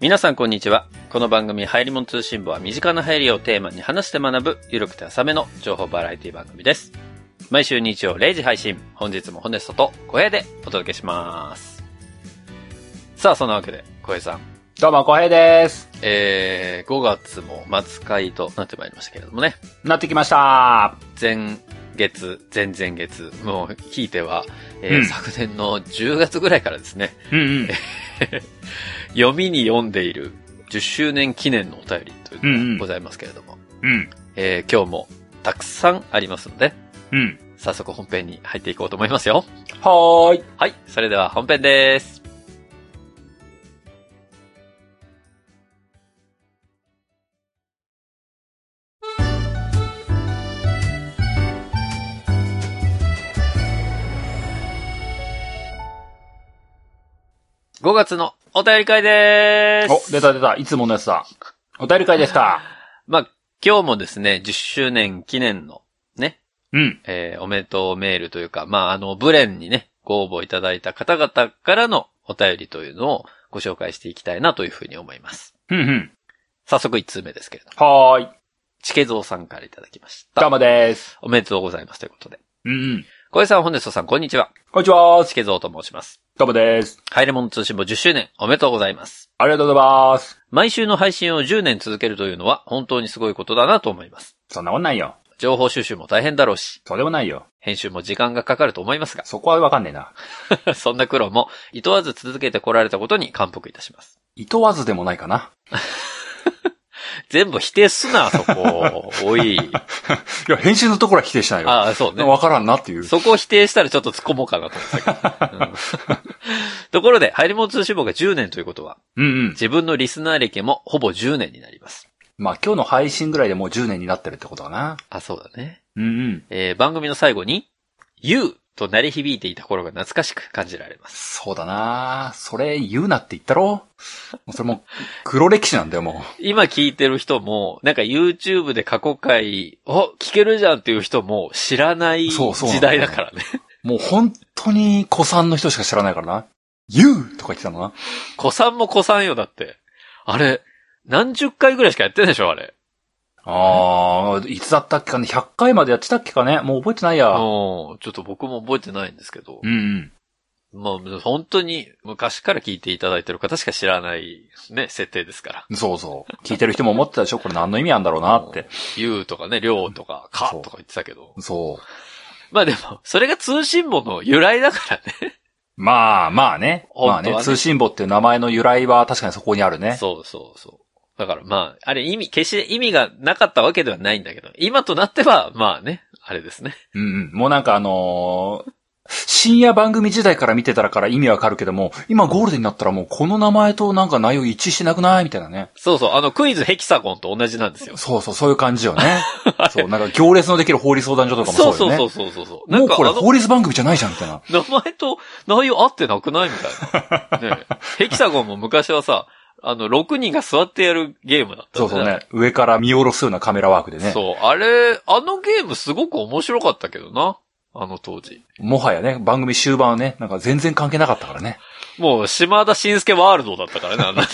皆さんこんにちは。この番組、入りもん通信簿は身近な入りをテーマに話して学ぶ、ゆるくて浅めの情報バラエティ番組です。毎週日曜0時配信、本日もホネストと小平でお届けします。さあ、そんなわけで、小平さん。どうも、小平です。えー、5月も末回となってまいりましたけれどもね。なってきました。前月、前々月、もう聞いては、えーうん昨年の10月ぐらいからですね、うんうん。読みに読んでいる10周年記念のお便りといううんうのんがございますけれども、うん。えー今日もたくさんありますので、うん。早速本編に入っていこうと思いますよ。はーい。はい、それでは本編です。5月のお便り会でおす。、出た出た。いつものやつだ。お便り会ですか。まあ、今日もですね、10周年記念のね、うん。えーおめでとうメールというか、まあ、あの、ブレンにね、ご応募いただいた方々からのお便りというのをご紹介していきたいなというふうに思います。うんうん。早速1通目ですけれども、はーい。チケゾウさんからいただきましどうた。もです。おめでとうございますということで。うんうん。小江さん、本日さん、こんにちは。こんにちは。チケゾウと申します。どうもです。ハイレモン通信簿10周年、おめでとうございます。ありがとうございます。毎週の配信を10年続けるというのは本当にすごいことだなと思います。そんなことないよ。情報収集も大変だろうし、そうでもないよ。編集も時間がかかると思いますが、そこはわかんねえな。そんな苦労も厭わず続けてこられたことに感服いたします。いとわずでもないかな。全部否定すな、そ こ。おい。いや、編集のところは否定しないよ。ああ、そうね。わからんなってい う。そこを否定したらちょっと突っ込もうかなと思ったけど。うんところで、入り物通信簿が10年ということは、うんうん。自分のリスナー歴もほぼ10年になります。まあ、今日の配信ぐらいでもう10年になってるってことかな。あ、そうだね。うんうん。えー番組の最後に、You と鳴り響いていた頃が懐かしく感じられます。そうだなそれ言うなって言ったろもうそれもう黒歴史なんだよ、も今聞いてる人も、なんか YouTube で過去回、お、聞けるじゃんっていう人も知らないそうそうな時んだ代よだからね。う。もう本当に子さんの人しか知らないからな。You! とか言ってたのな。子さんも子さんよ、だって。あれ、何十回ぐらいしかやってんでしょ、あれ。あー、いつだったっけかね ?100 回までやってたっけかねもう覚えてないや。うん。ちょっと僕も覚えてないんですけどう。んうん。まあ、本当に昔から聞いていただいてる方しか知らないね、設定ですから。そうそう。聞いてる人も思ってたでしょこれ何の意味あんだろうなって。言うとかね、りょうとか、かそうとか言ってたけど。そう。まあでも、それが通信簿の由来だからね。まあまあね。本当まはあねね。通信簿っていう名前の由来は確かにそこにあるね。そうそうそう。だからまあ、あれ意味、決して意味がなかったわけではないんだけど、今となっては、まあね、あれですね。うんうん。もうなんかあのー深夜番組時代から見てたから意味わかるけども、今ゴールデンになったらもうこの名前となんか内容一致してなくないみたいなね。そうそう、あの、クイズヘキサゴンと同じなんですよ。そうそう、そういう 感じよね。そう、なんか行列のできる法律相談所とかもそうよそうね。そうそうそうそうそう。なもんうかこれあの法律番組じゃないじゃん、みたいな。名前と内容合ってなくないみたい な。ねえヘキサゴンも昔はさ、あの、6人が座ってやるゲームだったんだそうそうね。上から見下ろすようなカメラワークでね。そう、あれ、あのゲームすごく面白かったけどな。あの当時。もはやね、番組終盤はね、なんか全然関係なかったからね。もう、島田紳介ワールドだったからね、あんなの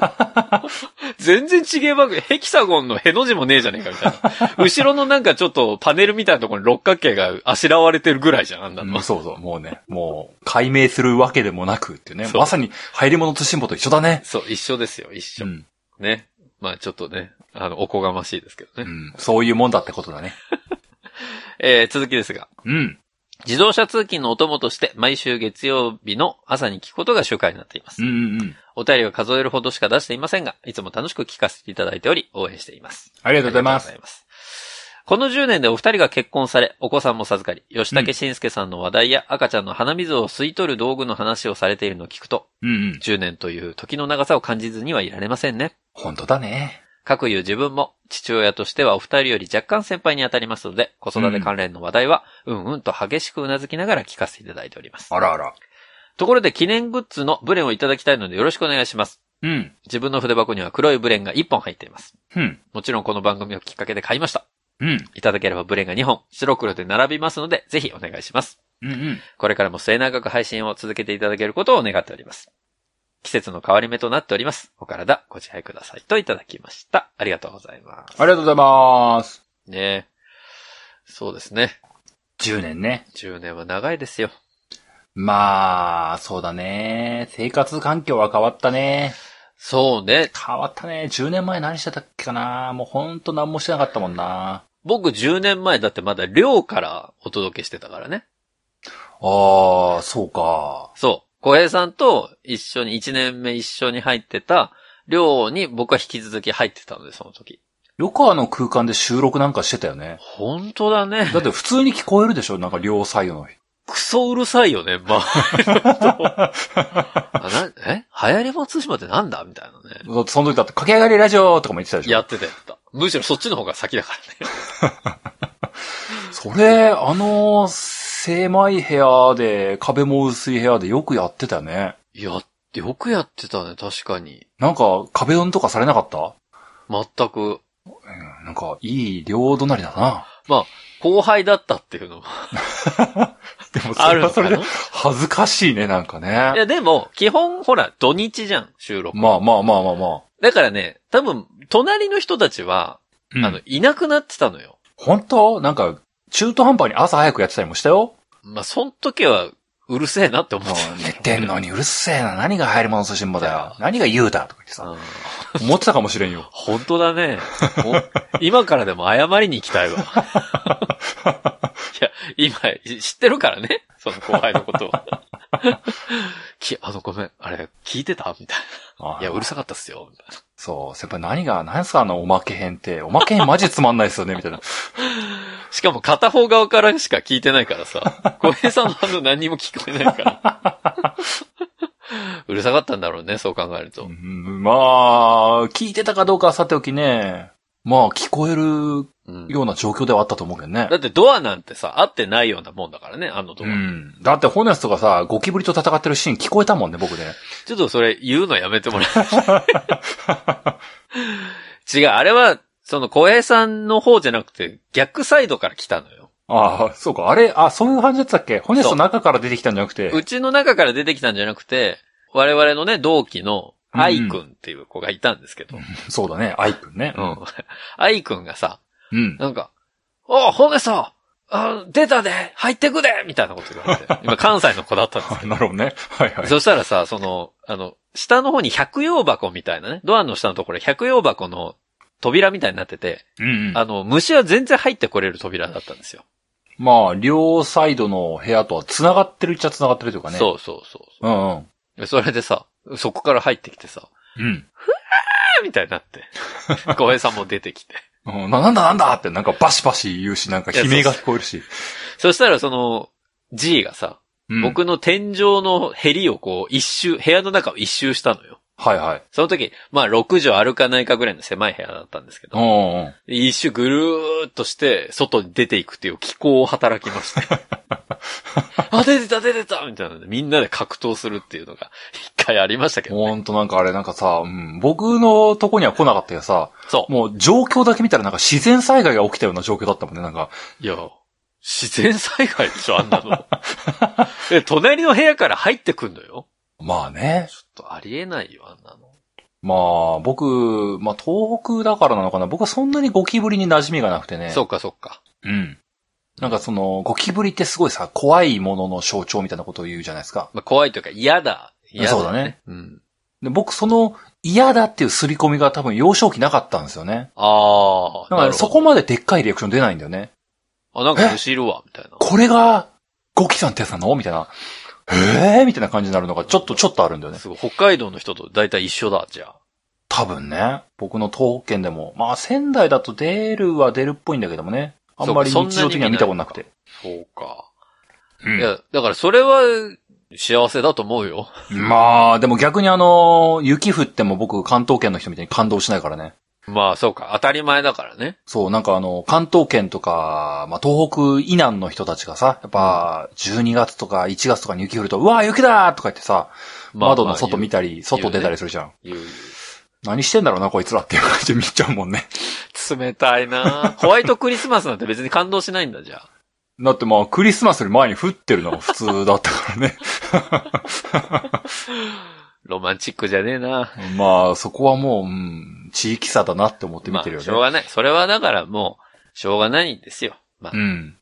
全然違えばヘキサゴンのへの字もねえじゃねえか、みたいな。後ろのなんかちょっとパネルみたいなところに六角形があしらわれてるぐらいじゃん、あんなの。そうそう、もうね、もう、解明するわけでもなくっていうね。そうまさに、入り物と辛抱と一緒だね。そう、一緒ですよ、一緒。うん。ね。まあちょっとね、あの、おこがましいですけどねう。ん。そういうもんだってことだね。えー続きですが、うん。自動車通勤のお供として毎週月曜日の朝に聞くことが習慣になっていまうす。んうんうん。お便りは数えるほどしか出していませんが、いつも楽しく聞かせていただいており、応援しています。ありあがとうございます。りがとうございます。この10年でお二人が結婚され、お子さんも授かり、吉武慎介さんの話題や赤ちゃんの鼻水を吸い取る道具の話をされているのを聞くと、うんうん。 10年という時の長さを感じずにはいられませんね。本当だね。各有自分も父親としてはお二人より若干先輩に当たりますので、子育て関連の話題は、うんうんと激しくうなずきながら聞かせていただいております。あらあら。ところで記念グッズのブレンをいただきたいのでよろしくお願いします。うん。自分の筆箱には黒いブレンが1本入っています。うん。もちろんこの番組をきっかけで買いました。うん。いただければブレンが2本、白黒で並びますので、ぜひお願いします。うんうん。これからも末永く配信を続けていただけることを願っております。季節の変わり目となっております。お体ご自愛くださいといただきました。ありがとうございます。ありがとうございます。ねえそうですね。 10年ね。 10年は長いですよ。まあ、そうだね。生活環境は変わったね。そうね。変わったね。10年前何してたっけかな。もうほんと何もしてなかったもんな。僕10年前だってまだ寮からお届けしてたからね。ああ、そうか。そう。小平さんと一緒に、1年目一緒に入ってた寮に僕は引き続き入ってたので、その時。旅館の空間で収録なんかしてたよね。本当だね。だって普通に聞こえるでしょなんか両左右の。クソうるさいよね、まあ。あなえ流行りも通信ってなんだみたいなね。その時だって駆け上がりラジオとかも言ってたでしょやってたやった。むしろそっちの方が先だからね。それ、あの、狭い部屋で、壁も薄い部屋でよくやってたよね。いや、よくやってたね、確かに。なんか、壁ドンとかされなかった全く。うんなんか、いい両隣だな。後輩だったっていうのも。 でもあるのかな恥ずかしいね、なんかいね。や、でも、基本、ほら、土日じゃん、収録。まあまあまあまあまだからね、多分、隣の人たちは、あ。あの、、いなくなってたのよ。本当なんか、中途半端に朝早くやってたりもしたよ。まあ、その時は、うるせえなって思もってたう寝てんのにうるせえな。何が入り物通信簿だよい。何が言うだとか言ってうさ、ん思ってたかもしれんよ。本当だね。 もう今からでも謝りに行きたい わ。いや、今、知ってるからね。その後輩のことを。 き、あの、ごめん。あれ、聞いてたみたいな。いや、うるさかったっすよ。みたいそう、先輩何が、何すかあのおまけ編って。おまけ編マジつまんないですよね、みたいな。なしかも片方側からしか聞いてないからさ。小平さんの反応何にも聞こえないから。 うるさかったんだろうね、そう考えるとう。んまあ、聞いてたかどうかはさておきね。まあ、聞こえるうんような状況ではあったと思うけどねだ。ってドアなんてさ、合ってないようなもんだからね、あのドうア。ん。だって、ホネスとかさ、ゴキブリと戦ってるシーン聞こえたもんね、僕ね。ちょっとそれ言うのやめてもらえ違う、あれは、その小平さんの方じゃなくて、逆サイドから来たのよ。ああ、そうか。あれ、あ、そういう感じだったっけホネスそとう中から出てきたんじゃなくて。うちの中から出てきたんじゃなくて、我々のね、同期の、うんアイくんっていう子がいたんですけど、そうだね、アイくんね。うん。 アイくんがさ、うん。なんか、おう、ホネさんあ出たで入ってくでみたいなこと言われて。今、関西の子だったんですけどなるほどね。はいはい。そしたらさ、その、あの、下の方に百葉箱みたいなね、ドアの下のところ、百葉箱の扉みたいになってて、うんうん。あの、虫は全然入ってこれる扉だったんですよ。まあ、両サイドの部屋とは繋がってるっちゃ繋がってるというかね。う。そうそうそうんうん。うで。それでさ、そこから入ってきてさ、うん。あーみたいになって。 小平さんも出てきて。うん、ななんだなんだってなんかバシバシ言うし、なんか悲鳴が聞こえるし。そしたらその、G がさ、うん、僕の天井のヘリをこう一周、部屋の中を一周したのよ。はいはい。その時、まあ6畳あるかないかぐらいの狭い部屋だったんですけうど、んうん。一周ぐるーっとして、外に出ていくっていう気候を働きまして。 あ、出てた、出てたみたいなねみんなで格闘するっていうのが、一回ありましたけど。ほんとなんかあれなんかさ、うん、僕のとこには来なかったけどさ、そう。もう状況だけ見たらなんか自然災害が起きたような状況だったもんね、なんか。いや、自然災害でしょ、あんなの。え、隣の部屋から入ってくんのよ。まあね。ちょっとありえないよ、あんなの。まあ、僕、まあ東北だからなのかな、僕はそんなにゴキブリに馴染みがなくてね。そっか、そっか。う。うん。なんかその、ゴキブリってすごいさ、怖いものの象徴みたいなことを言うじゃないですか。まあ、怖いというか、嫌だ。嫌だ、そうだね。うん。で、僕その、嫌だっていう刷り込みが多分幼少期なかったんですよね。ああ、なだかるほらそど。こまででっかいリアクション出ないんだよね。あ、なんか虫いるわ、みたいな。これが、ゴキさんってやつなのみたいな。えーみたいな感じになるのが、ちょっと、ちょっとあるんだよね。すごい。北海道の人と大体一緒だ、じゃあ。多分ね。僕の東北圏でも。まあ、仙台だと出るは出るっぽいんだけどもね。あんまりそうか日常的には見たことなくて。そうか。うんいや、だからそれは幸せだと思うよ。 まあ、でも逆にあの、雪降っても僕、関東圏の人みたいに感動しないからね。まあそうか、当たり前だからね。そう、なんかあの、関東圏とか、まあ、東北以南の人たちがさ、やっぱ、12月とか1月とかに雪降ると、うわー雪だーとか言ってさ、まあ窓の外見たり、言う外出たりするじゃん。言う言う何してんだろうな、こいつらっていう感じで見ちゃうもんね。 冷たいな ホワイトクリスマスなんて別に感動しないんだ、じゃあ。だってまあ、クリスマスより前に降ってるのが普通だったからね。ロマンチックじゃねえな。 まあ、そこはもう、うん、地域差だなって思って見てるよまあ、ね。しょうがない。それはだからもう、しょうがないんですよ。まあ、うん。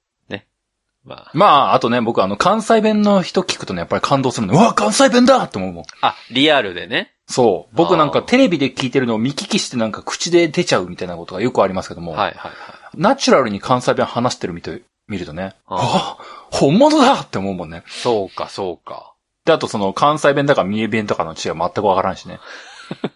まあ。まあ、あとね、僕あの、関西弁の人聞くとね、やっぱり感動するの。うわ、関西弁だって思うもん。あ、リアルでね。そう。僕なんあかーテレビで聞いてるのを見聞きしてなんか口で出ちゃうみたいなことがよくありますけども、はいはいはい。ナチュラルに関西弁話してる見て、見るとね、ああ本物だって思うもんね。そうか、そうか。で、あとその関西弁だか三重弁とかの違いは全くわから んしね。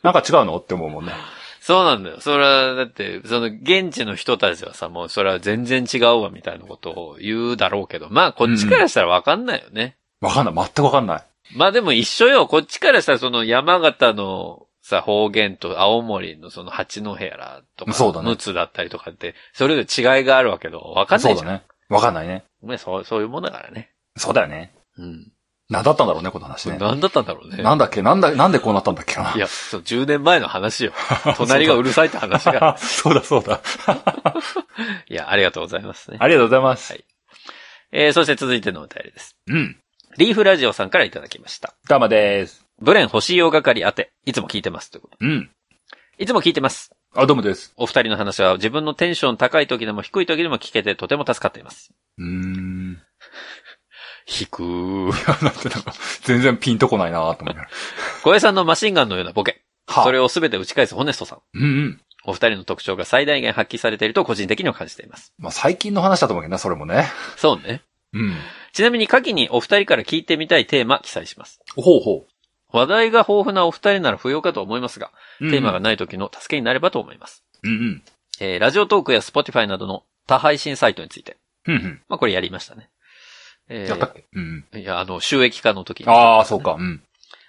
なんか違うのって思うもんね。そうなんだよ。それは、だって、その、現地の人たちはさ、もう、それは全然違うわ、みたいなことを言うだろうけど、まあ、こっちからしたらわかんないよね。わかんない。全くわかんない。まあでも一緒よ。こっちからしたら、その、山形の、さ、方言と青森のその八戸やらとか、そうだね陸奥だったりとかって、それぞれ違いがあるわけど、わかんないじゃん。そうだね。わかんないね。ごめんそう、そういうもんだからね。そうだよね。うん。なんだったんだろうね、この話ね。何だったんだろうね。。なんだっけなんだ、なんでこうなったんだっけないや、そう、10年前の話 よ。隣がうるさいって話が。そうだそうだ。いや、ありがとうございますね。ありがとうございます。はいえー、そして続いてのお便りです。うん。リーフラジオさんからいただきました。ダマです。ブレン欲しい用係宛て、いつも聞いてます。ということうん。いつも聞いてます。あ、どうもです。お二人の話は自分のテンション高い時でも低い時でも聞けてとても助かっています。うーん。 低ー。いや、なんてなんか、全然ピンとこないなと思いながら。小江さんのマシンガンのようなボケ。はあそれをすべて打ち返すホネストさん。うんうん。お二人の特徴が最大限発揮されていると個人的には感じています。まあ、最近の話だと思うけどな、それもね。そうね。うん。ちなみに下記にお二人から聞いてみたいテーマ記載します。ほうほ話題が豊富なお二人なら不要かと思いますが、う。テーマが。ない時の助けになればと思います。うんうん。えー、ラジオトークや Spotify などの他配信サイトについて。うんうん。まあ、これやりましたね。えーやったっけうんうん。いや、あの、収益化の時に。ああ、そうか。うん。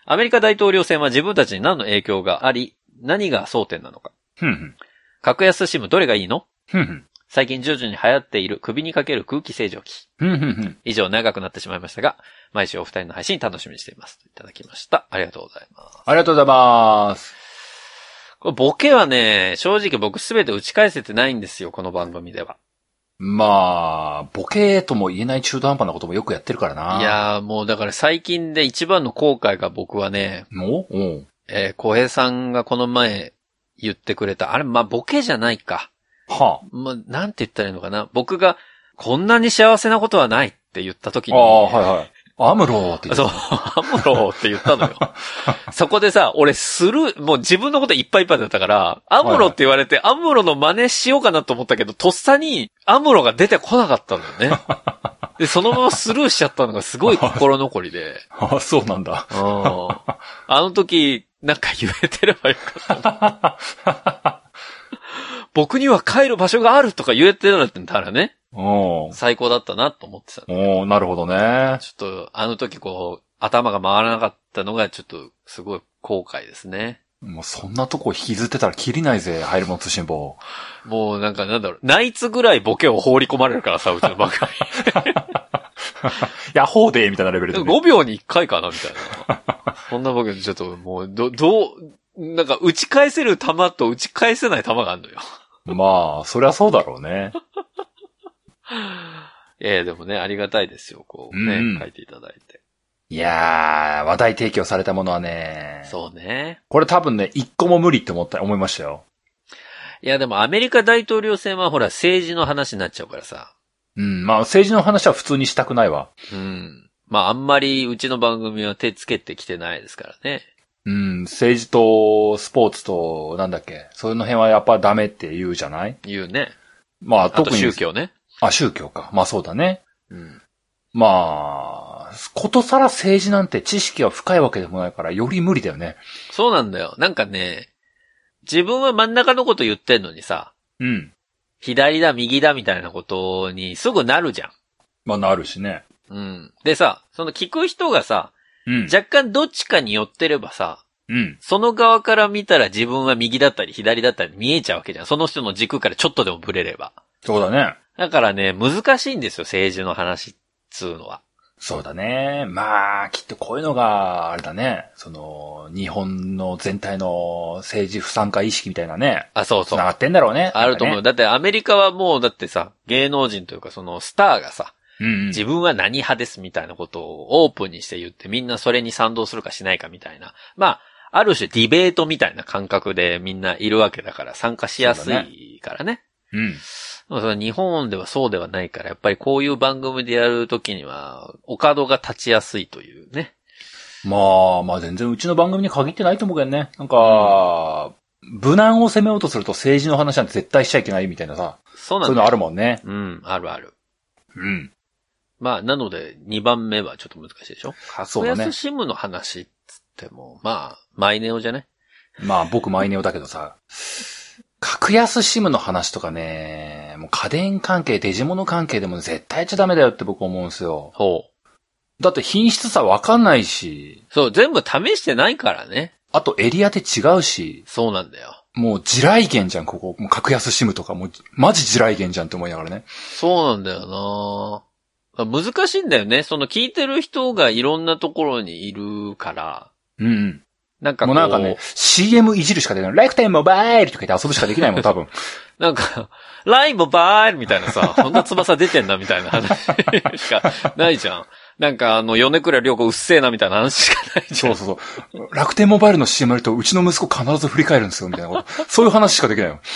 アメリカ大統領選は自分たちに何の影響があり、何が争点なのか。うんうん。格安シムどれがいいのうんうん。最近徐々に流行っている首にかける空気清浄機。うんうんうん。以上長くなってしまいましたが、毎週お二人の配信楽しみにしています。いただきました。ありがとうございます。ありがとうございます。これボケはね、正直僕すべて打ち返せてないんですよ、この番組では。まあ、ボケとも言えない中途半端なこともよくやってるからな。い。やー、もうだから最近で一番の後悔が僕はね、もううん。えー、小平さんがこの前言ってくれた、あれ、まあ、ボケじゃないか。はまあ、なんて言ったらいいのかな。僕が、こんなに幸せなことはないって言った時あ。に。ああ、はいはい。アムローって言そう、う。アムロって言った のよ。そこでさ、俺スルー、もう自分のこといっぱいいっぱいだったから、アムロって言われて、アムロの真似しようかなと思ったけど、とっさにアムロが出てこなかったんだ よね。で、そのままスルーしちゃったのがすごい心残りで。ああ、そうなんだ。うんあの時、なんか言えてればよかった。 僕には帰る場所があるとか言えてるんだらね、お最高だったなと思ってた。ちょおなるほどね。っと、あの時こう、頭が回らなかったのが、ちょっと、すごい後悔ですね。もうそんなとこ引きずってたらキリないぜ、入るもん通信簿。もうなんかなんだろう、ナイツぐらいボケを放り込まれるからさ、うちの番 組。ヤッホーでーみたいなレベルで、ね。 5秒に1回かなみたいな。 そんなボケ、ちょっともう、ど、どう、なんか打ち返せる球と打ち返せない球があるのよ。まあ、そりゃそうだろうね。ええでもね、ありがたいですよ。こうね、うん書いていただいて。いやー、話題提供されたものはね。そうね。これ多分ね、一個も無理って思った、思いましたよ。いや、でもアメリカ大統領選はほら、政治の話になっちゃうからさ。うん、まあ政治の話は普通にしたくないわ。うん。まあ、あんまりうちの番組は手つけてきてないですからね。うん、政治とスポーツと、なんだっけ、そういうの辺はやっぱダメって言うじゃない言うね。まああ特とに。宗。教ね。あ、宗教か。まあそうだね。うん。まあ、ことさら政治なんて知識は深いわけでもないから、より無理だよね。そうなんだよ。なんかね、自分は真ん中のこと言ってんのにさ、うん。左だ、右だみたいなことにすぐなるじゃん。まあなるしね。うん。でさ、その聞く人がさ、うん。ゃ、若干どっちかに寄ってればさ、うん。その側から見たら自分は右だったり左だったり見えちゃうわけじゃん。その人の軸からちょっとでもブレれば。そうだね。だからね、難しいんですよ、政治の話っつうのは。そうだね。まあ、きっとこういうのが、あれだね。その、日本の全体の政治不参加意識みたいなね。あ、そうそ繋う。がってんだろうね。あると思う。なんかねだってアメリカはもうだってさ、芸能人というかそのスターがさ、うん。自分は何派ですみたいなことをオープンにして言ってみんなそれに賛同するかしないかみたいな。まあ、ある種ディベートみたいな感覚でみんないるわけだから参加しやすいからね。うん。でもそれ日本ではそうではないから、やっぱりこういう番組でやるときには、お角が立ちやすいというね。まあ、まあ全然うちの番組に限ってないと思うけどね。なんか、無難を攻めようとすると政治の話なんて絶対しちゃいけないみたいなさ、そうなそうんだいうのよあるもんね。うん、あるある。うん。まあ、なので、2番目はちょっと難しいでしょそうだ格ね安。シムの話っつっても、まあ、マイネオじゃねまあ僕マイネオだけどさ、格安シムの話とかね、もう家電関係、デジモノ関係でも絶対やっちゃダメだよって僕思うんですよ。ほう。だって品質さわかんないし、そう、全部試してないからね。あとエリアって違うし、そうなんだよ。もう地雷原じゃん、ここ。もう格安シムとか、もうマジ地雷原じゃんって思いながらね。そうなんだよな難しいんだよね。その聞いてる人がいろんなところにいるから、うんうん。なんかこもう、うなんかね、CM いじるしかできない。楽天モバイルとか言って遊ぶしかできないもん、多 分。なんか、 ライブバーイみたいな さ、こんな翼出てんなみたいな話しかないじゃん。なんかあの、米倉涼子うっせえなみたいな話しかないじゃそんう。そうそう。楽天モバイルの CM やると、うちの息子必ず振り返るんですよ、みたいなこと。そういう話しかできないよ。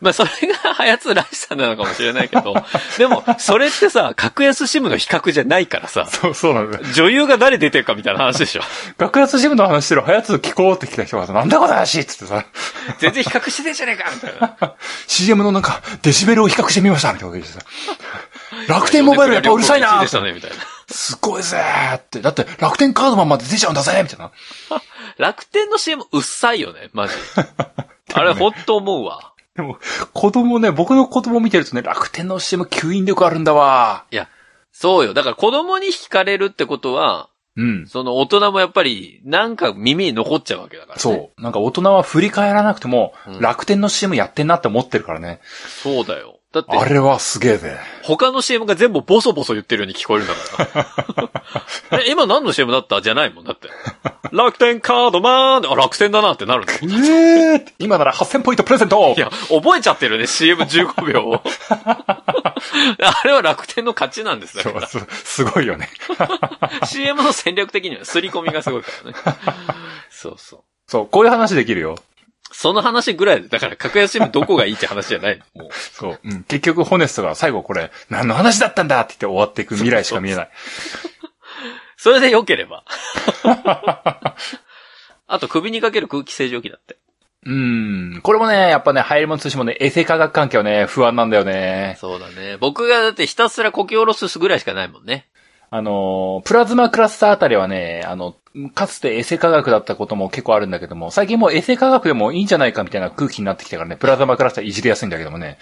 まあそれがハヤツらしさなのかもしれないけ ど、でも、それってさ、格安シムの比較じゃないからさ、そう、そうなんだよ。女優が誰出てるかみたいな話でしょ。格安シムの話してる、はやつ聞こうって来た人がさ、なんだこの話っつってさ、 全然比較してねえじゃねえかみたいな。 CM のなんか、デシベルを比較してみました、みたいなこと言ってさ。楽天モバイルやっぱうるさいなでしたね、みたいな。すごいぜーって。だって、楽天カードマンまで出ちゃうんだぜみたいな。楽天の CM うっさいよね、マジ。 あれ、ほんと思うわ。でも、子供ね、僕の子供見てるとね、楽天の CM 吸引力あるんだわいや、そうよ。だから子供に惹かれるってことは、うん。その大人もやっぱり、なんか耳に残っちゃうわけだから、ね。そう。なんか大人は振り返らなくても、うん楽天の CM やってんなって思ってるからね。そうだよ。だって、あれはすげえぜ。他の CM が全部ボソボソ言ってるように聞こえるんだ から。え、今何の CM だったじゃないもん、だって。楽天カードマンであ、楽天だなってなるんだよ。えー、今なら8000ポイントプレゼントいや、覚えちゃってるね、CM15 秒 を。あれは楽天の勝ちなんですだそからう。すすごいよね。 CM の戦略的には刷り込みがすごいからね。そうそう。そう、こういう話できるよ。その話ぐらいで、だから格安 CM どこがいいって話じゃない。もう。そう。うん。結局、ホネストが最後これ、何の話だったんだって言って終わっていく未来しか見えない。 それで良ければ。あと首にかける空気清浄機だって。うん。これもね、やっぱね、入り物通信もね、衛生科学関係はね、不安なんだよね。そうだね。僕がだってひたすらこき下ろすぐらいしかないもんね。あのー、プラズマクラスターあたりはね、あの、かつてエセ科学だったことも結構あるんだけども、最近もうエセ科学でもいいんじゃないかみたいな空気になってきたからね、プラズマクラスターいじりやすいんだけどもね。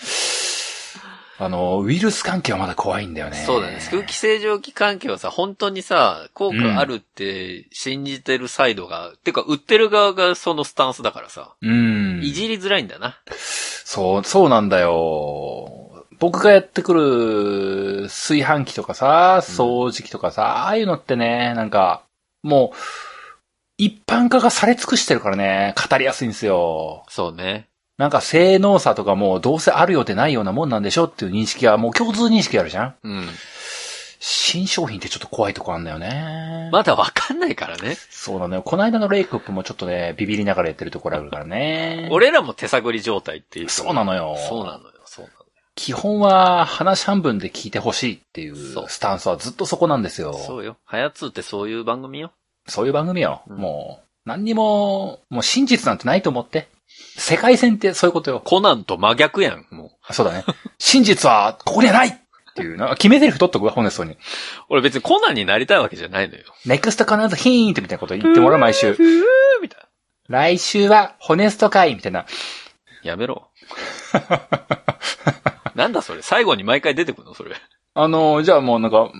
あのー、ウイルス関係はまだ怖いんだよね。そうだね。空気清浄機関係はさ、本当にさ、効果あるって信じてるサイドが、てか売ってる側がそのスタンスだからさ、うん。いじりづらいんだな。そう、そうなんだよ。僕がやってくる炊飯器とかさ、掃除機とかさ、ああいうのってね、なんか、もう、一般化がされ尽くしてるからね、語りやすいんですよ。そうね。なんか性能差とかもうどうせあるようでないようなもんなんでしょっていう認識はもう共通認識あるじゃんうん。新商品ってちょっと怖いとこあんだよ ね。まだわかんないからね。そうなのよ。この間のレイクアップもちょっとね、ビビりながらやってるところあるからね。俺らも手探り状態っていう。そうなのよ。そうなのよ、そうな基本は話半分で聞いてほしいっていうそうスタンスはずっとそこなんですよ。の。そそううよ。はやつってそういう番組よ。いう番組よ。うんもう、何にも、もう真実なんてないと思って。世界線ってそういうことよ。コナンと真逆やん、もう。そうだね。真実はここにはないっていうな。決め台詞取っとくわ、ホネストに。俺別にコナンになりたいわけじゃないのよ。ネクスト必ずヒーンってみたいなこと言ってもらう、毎週。ふーみたい来週は、ホネスト会みたいな。な。やめ ろ。なんだそれ最後に毎回出てくるのそれ。あの、じゃあもうなんか、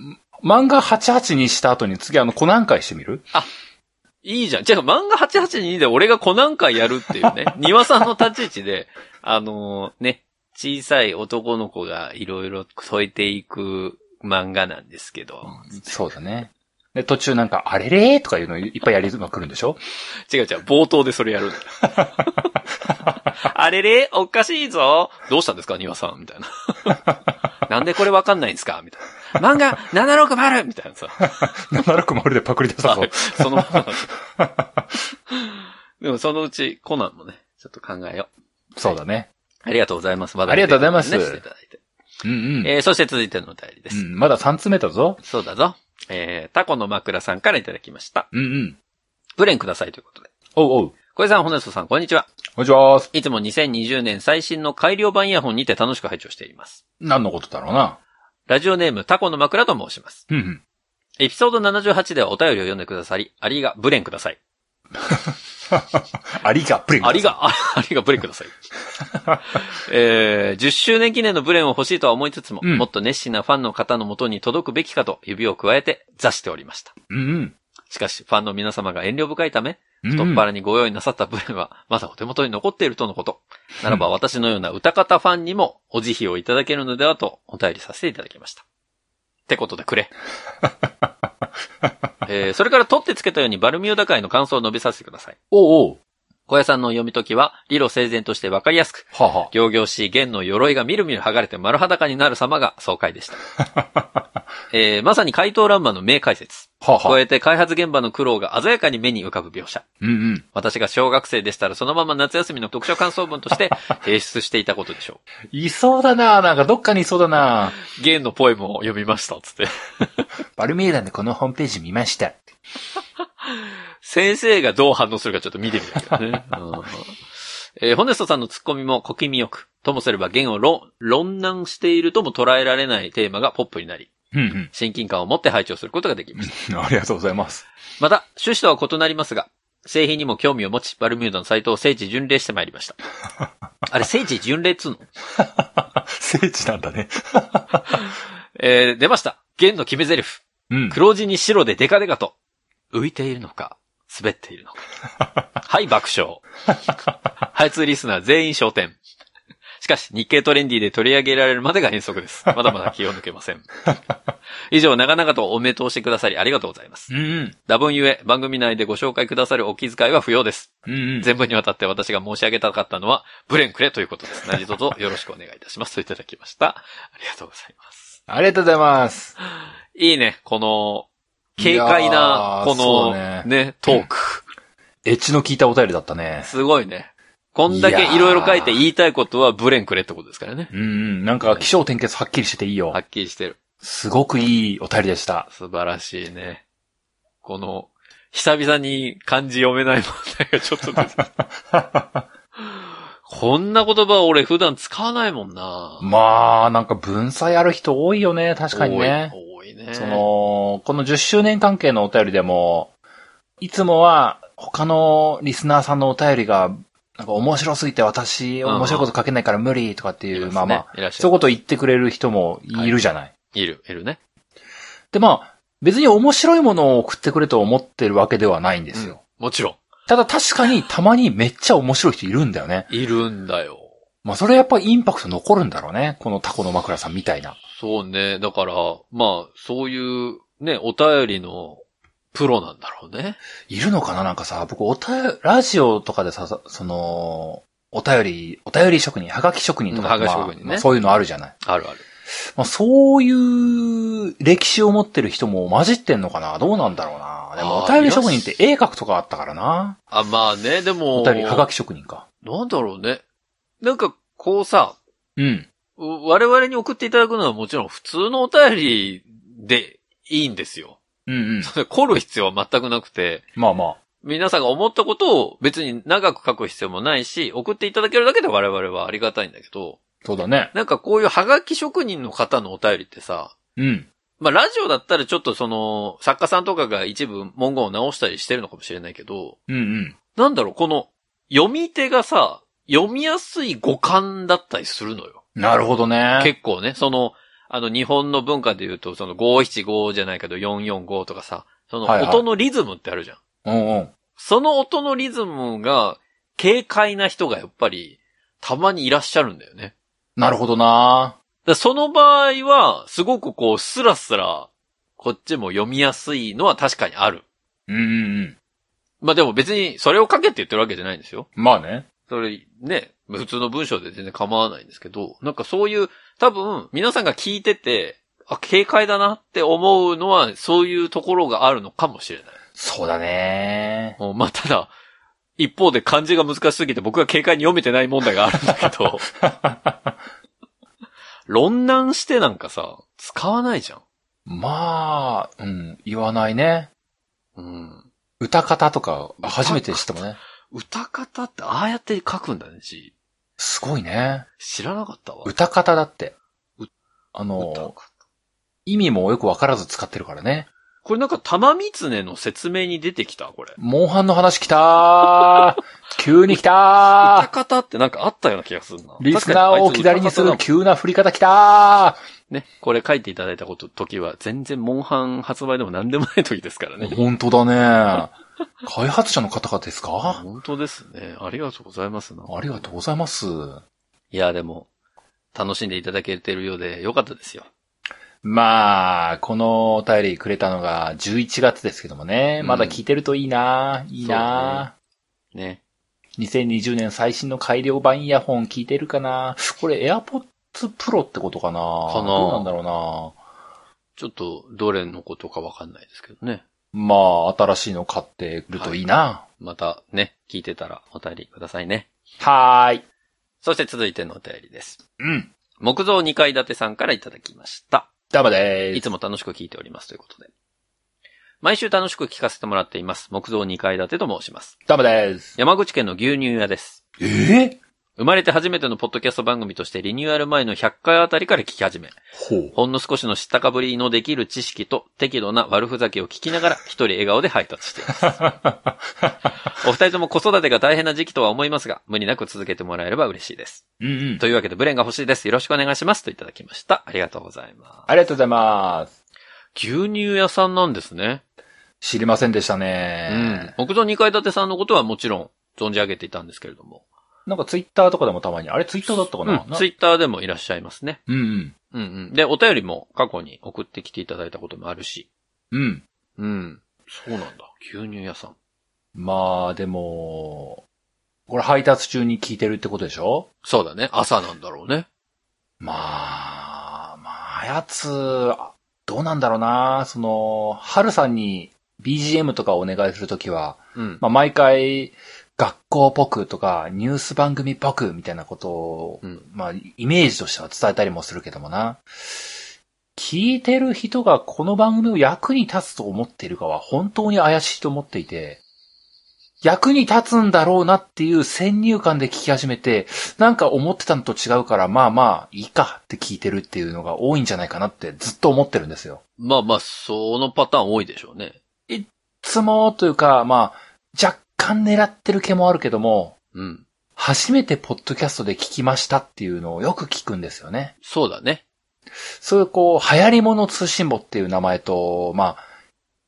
漫画88にした後に次あの、コナン会してみるいいじゃん。じゃあ漫画882で俺がコナン会やるっていう ね。庭さんの立ち位置で、あのーね、小さい男の子がいろいろ添えていく漫画なんですけど。そうだね。で、途中なんか、あれれーとかいうのいっぱいやりまくるんでしょ違う違う、冒頭でそれやる んだよ。あれれ おかしいぞどうしたんですか庭さんみたいな。なんでこれわかんないんですかみたいな。漫画760みたいなさ。 760でパクリ出したぞ。 そのままなんだでもそのうちコナンもね、ちょっと考えよう。そうだね。ありがとうございます。まありがとうございますねしていただいて。うんうん。えー、そして続いてのお便りです。うん、まだ3つ目だぞ。そうだぞ。えー、タコの枕さんからいただきました。うんうん。ブレンくださいということで。おうおう。小江さん、ホネストさん、こんにちは。おじゃーす。いつも2020年最新の改良版イヤホンにて楽しく拝聴しています。何のことだろうな。ラジオネーム、タコの枕と申します。うんうん。エピソード78ではお便りを読んでくださり、ありが、ブレンください。ありが、プリン。あり。が、あ ありがブレンください。えー、10周年記念のブレンを欲しいとは思いつつも、うんもっと熱心なファンの方のもとに届くべきかと指を加えて座しておりました。うんうん。しかし、ファンの皆様が遠慮深いため、うん太っ腹にご用意なさったブレンは、 まだお手元に残っているとのこと。ならば、私のような歌方ファンにも、お慈悲をいただけるのではと、お便りさせていただきました。ってことでく れ。えーそれから取ってつけたようにバルミューダ会の感想を述べさせてください。おうおう。小屋さんの読み解きは、理路整然としてわかりやすく、はあは行々しい弦の鎧がみるみる剥がれて丸裸になる様が爽快で した。えーまさに怪盗乱魔の名解説。あ。はあは加あ。えて開発現場の苦労が鮮やかに目に浮かぶ描写。うんうん。私が小学生でしたらそのまま夏休みの読書感想文として提出していたことでしょいそうだな。なんかどっかにいそうだな。う。ゲンのポエムを読みました、つって。バルミューダでこのホームページ見ました。先生がどう反応するかちょっと見てみたいけどね。うんえーホネストさんのツッコミも小気味よく、ともすればゲンを論、論難しているとも捉えられないテーマがポップになり、うん親近感を持って拝聴することができました。うん。ありがとうございます。また、趣旨とは異なりますが、製品にも興味を持ち、バルミューダのサイトを聖地巡礼してまいりました。あれ、聖地巡礼っつうの聖地なんだね。えー出ました。弦の決め台詞。うん。黒地に白でデカデカと。浮いているのか、滑っているのか。はい、爆笑。配通リスナー全員焦点。しかし、日経トレンディで取り上げられるまでが変則です。まだまだ気を抜けません。以上、長々とおめ通してくださりありがとうございますう。んうん。多分ゆえ、番組内でご紹介くださるお気遣いは不要です。うんうん。全部にわたって私が申し上げたかったのは、ブレンクレということです。何卒よろしくお願いいたします。といただきました。ありがとうございます。ありがとうございます。いいね、この、軽快いなや、ーこそうの、ねねトーク。エッジの効いたお便りだったね。すごいね。こんだけいろいろ書いて言いたいことはブレンくれってことですからね。うんうん。なんか、気象転結はっきりしてていいよは。っきりしてる。すごくいいお便りでした。素晴らしいね。この、久々に漢字読めない問題がちょっと出てきた こんな言葉俺普段使わないもんな。まあ、なんか文才ある人多いよね、確かにね。多い。多いね。その、この10周年関係のお便りでも、いつもは他のリスナーさんのお便りが、なんか面白すぎて私、うん面白いこと書けないから無理とかっていいまう、すねまあまあ、、いらっしゃそういるう。こと言ってくれる人もいるじゃない。いる、いるね。で、まあ、別に面白いものを送ってくれと思ってるわけではないんですよ。もちろただ確かにたまにめっちゃ面白い人いるんだよね。ん。いるんだよ。まあそれやっぱインパクト残るんだろうね。このタコの枕さんみたいな。そうね。だから、まあ、そういう、ね、お便りのプロなんだろうね。いるのかななんかさ、僕、おたよラジオとかでさ、さその、お便り、お便り職人、はがき職人とか、うんはがき職人ねまあまあそういうのあるじゃない。あるある。まあ、そういう歴史を持ってる人も混じってんのかなどうなんだろうな。でも、あおー便り職人って絵描くとかあったからな。あ、まあね、でも、お便り、はがき職人か。なんだろうね。なんか、こうさ、うん。う我々に送っていただくのはもちろん普通のお便りでいいんですよ。 うんうん。それ凝る必要は全くなくて、まあまあ。皆さんが思ったことを別に長く書く必要もないし、送っていただけるだけで我々はありがたいんだけど、そうだね。なんかこういうハガキ職人の方のお便りってさ、うん。まあ、ラジオだったらちょっとその、作家さんとかが一部文言を直したりしてるのかもしれないけど、うんうん。なんだろう、この、読み手がさ、読みやすい語感だったりするのよ。なるほどね。結構ね、その、あの、日本の文化で言うと、その、575じゃないけど、445とかさ、その、はいはい音のリズムってあるじゃん。うんうん。その音のリズムが、軽快な人がやっぱり、たまにいらっしゃるんだよね。なるほどな。だからその場合は、すごくこう、スラスラ、こっちも読みやすいのは確かにある。うんうんうん。まあでも別に、それを書けって言ってるわけじゃないんですよ。まあね。それ、ね、普通の文章で全然構わないんですけど、なんかそういう、多分、皆さんが聞いてて、あ、軽快だなって思うのは、そういうところがあるのかもしれない。そうだね。もうまあ、ただ、一方で漢字が難しすぎて僕が軽快に読めてない問題があるんだけど、論難してなんかさ、使わないじゃん。まあ、うん、言わないね。うん。歌方とか、初めて知ったもんね。歌方ってああやって書くんだね、字。すごいね。知らなかったわ。歌方だってう。あ歌の、方意味もよくわからず使ってるからね。これなんか玉狐の説明に出てきたこれ。モンハンの話来たー 急に来歌た方ってなんかあったような気がするな。ーリスナーを確か左にすあいつ歌方だもるん急な振り方来たね、これ書いていただいたこと、時は全然モンハン発売でも何でもない時です からーね。本当だね。開発者の方々ですか本当ですね。ありがとうございますな。ありがとうございます。いや、でも、楽しんでいただけてるようでよかったですよ。まあ、このお便りくれたのが11月ですけどもね。うんまだ聞いてるといいな、いいな、ね。 2020年最新の改良版イヤホン聞いてるかなこれ AirPods Pro ってことかなかなどうなんだろうなちょっと、どれのことかわかんないですけどね。まあ、新しいの買ってるといいな。またね、聞いてたらお便りくださいね。はーい。そして続いてのお便りです。うん。木造2階建てさんからいただきました。ダメいでつも楽しく聞いておりますということで。毎週楽しく聞かせてもらっています。木造2階建てと申します。す。ダメです。山口県の牛乳屋です。ええ生まれて初めてのポッドキャスト番組としてリニューアル前の100回あたりから聞き始め、ほう。ほんの少しの知ったかぶりのできる知識と適度な悪ふざけを聞きながら一人笑顔で配達しています。お二人とも子育てが大変な時期とは思いますが、無理なく続けてもらえれば嬉しいです。うんうん。というわけでブレンが欲しいです。よろしくお願いします。といただきました。ありがとうございます。ありがとうございます。牛乳屋さんなんですね。知りませんでしたうねん。。木造2階建てさんのことはもちろん存じ上げていたんですけれども。なんかツイッターとかでもたまに。あれツイッターだったかな、なツイッターでもいらっしゃいますね。うんうん。うんうん。で、お便りも過去に送ってきていただいたこともあるし。うん。うん。そうなんだ。牛乳屋さん。まあ、でも、これ配達中に聞いてるってことでしょそうだね。朝なんだろうね。まあ、まあ、やつ、あどうなんだろうな。その、春さんに BGM とかお願いするときは、うん。まあ、毎回、学校っぽくとか、ニュース番組っぽくみたいなことを、うんまあ、イメージとしては伝えたりもするけどもな。聞いてる人がこの番組を役に立つと思っているかは本当に怪しいと思っていて、役に立つんだろうなっていう先入観で聞き始めて、なんか思ってたのと違うから、まあまあ、いいかって聞いてるっていうのが多いんじゃないかなってずっと思ってるんですよ。まあまあ、そのパターン多いでしょうね。いつもというか、まあ、若干狙ってる気もあるけども、うん。初めてポッドキャストで聞きましたっていうのをよく聞くんですよね。そうだね。そういうこう、流行り物通信簿っていう名前と、まあ、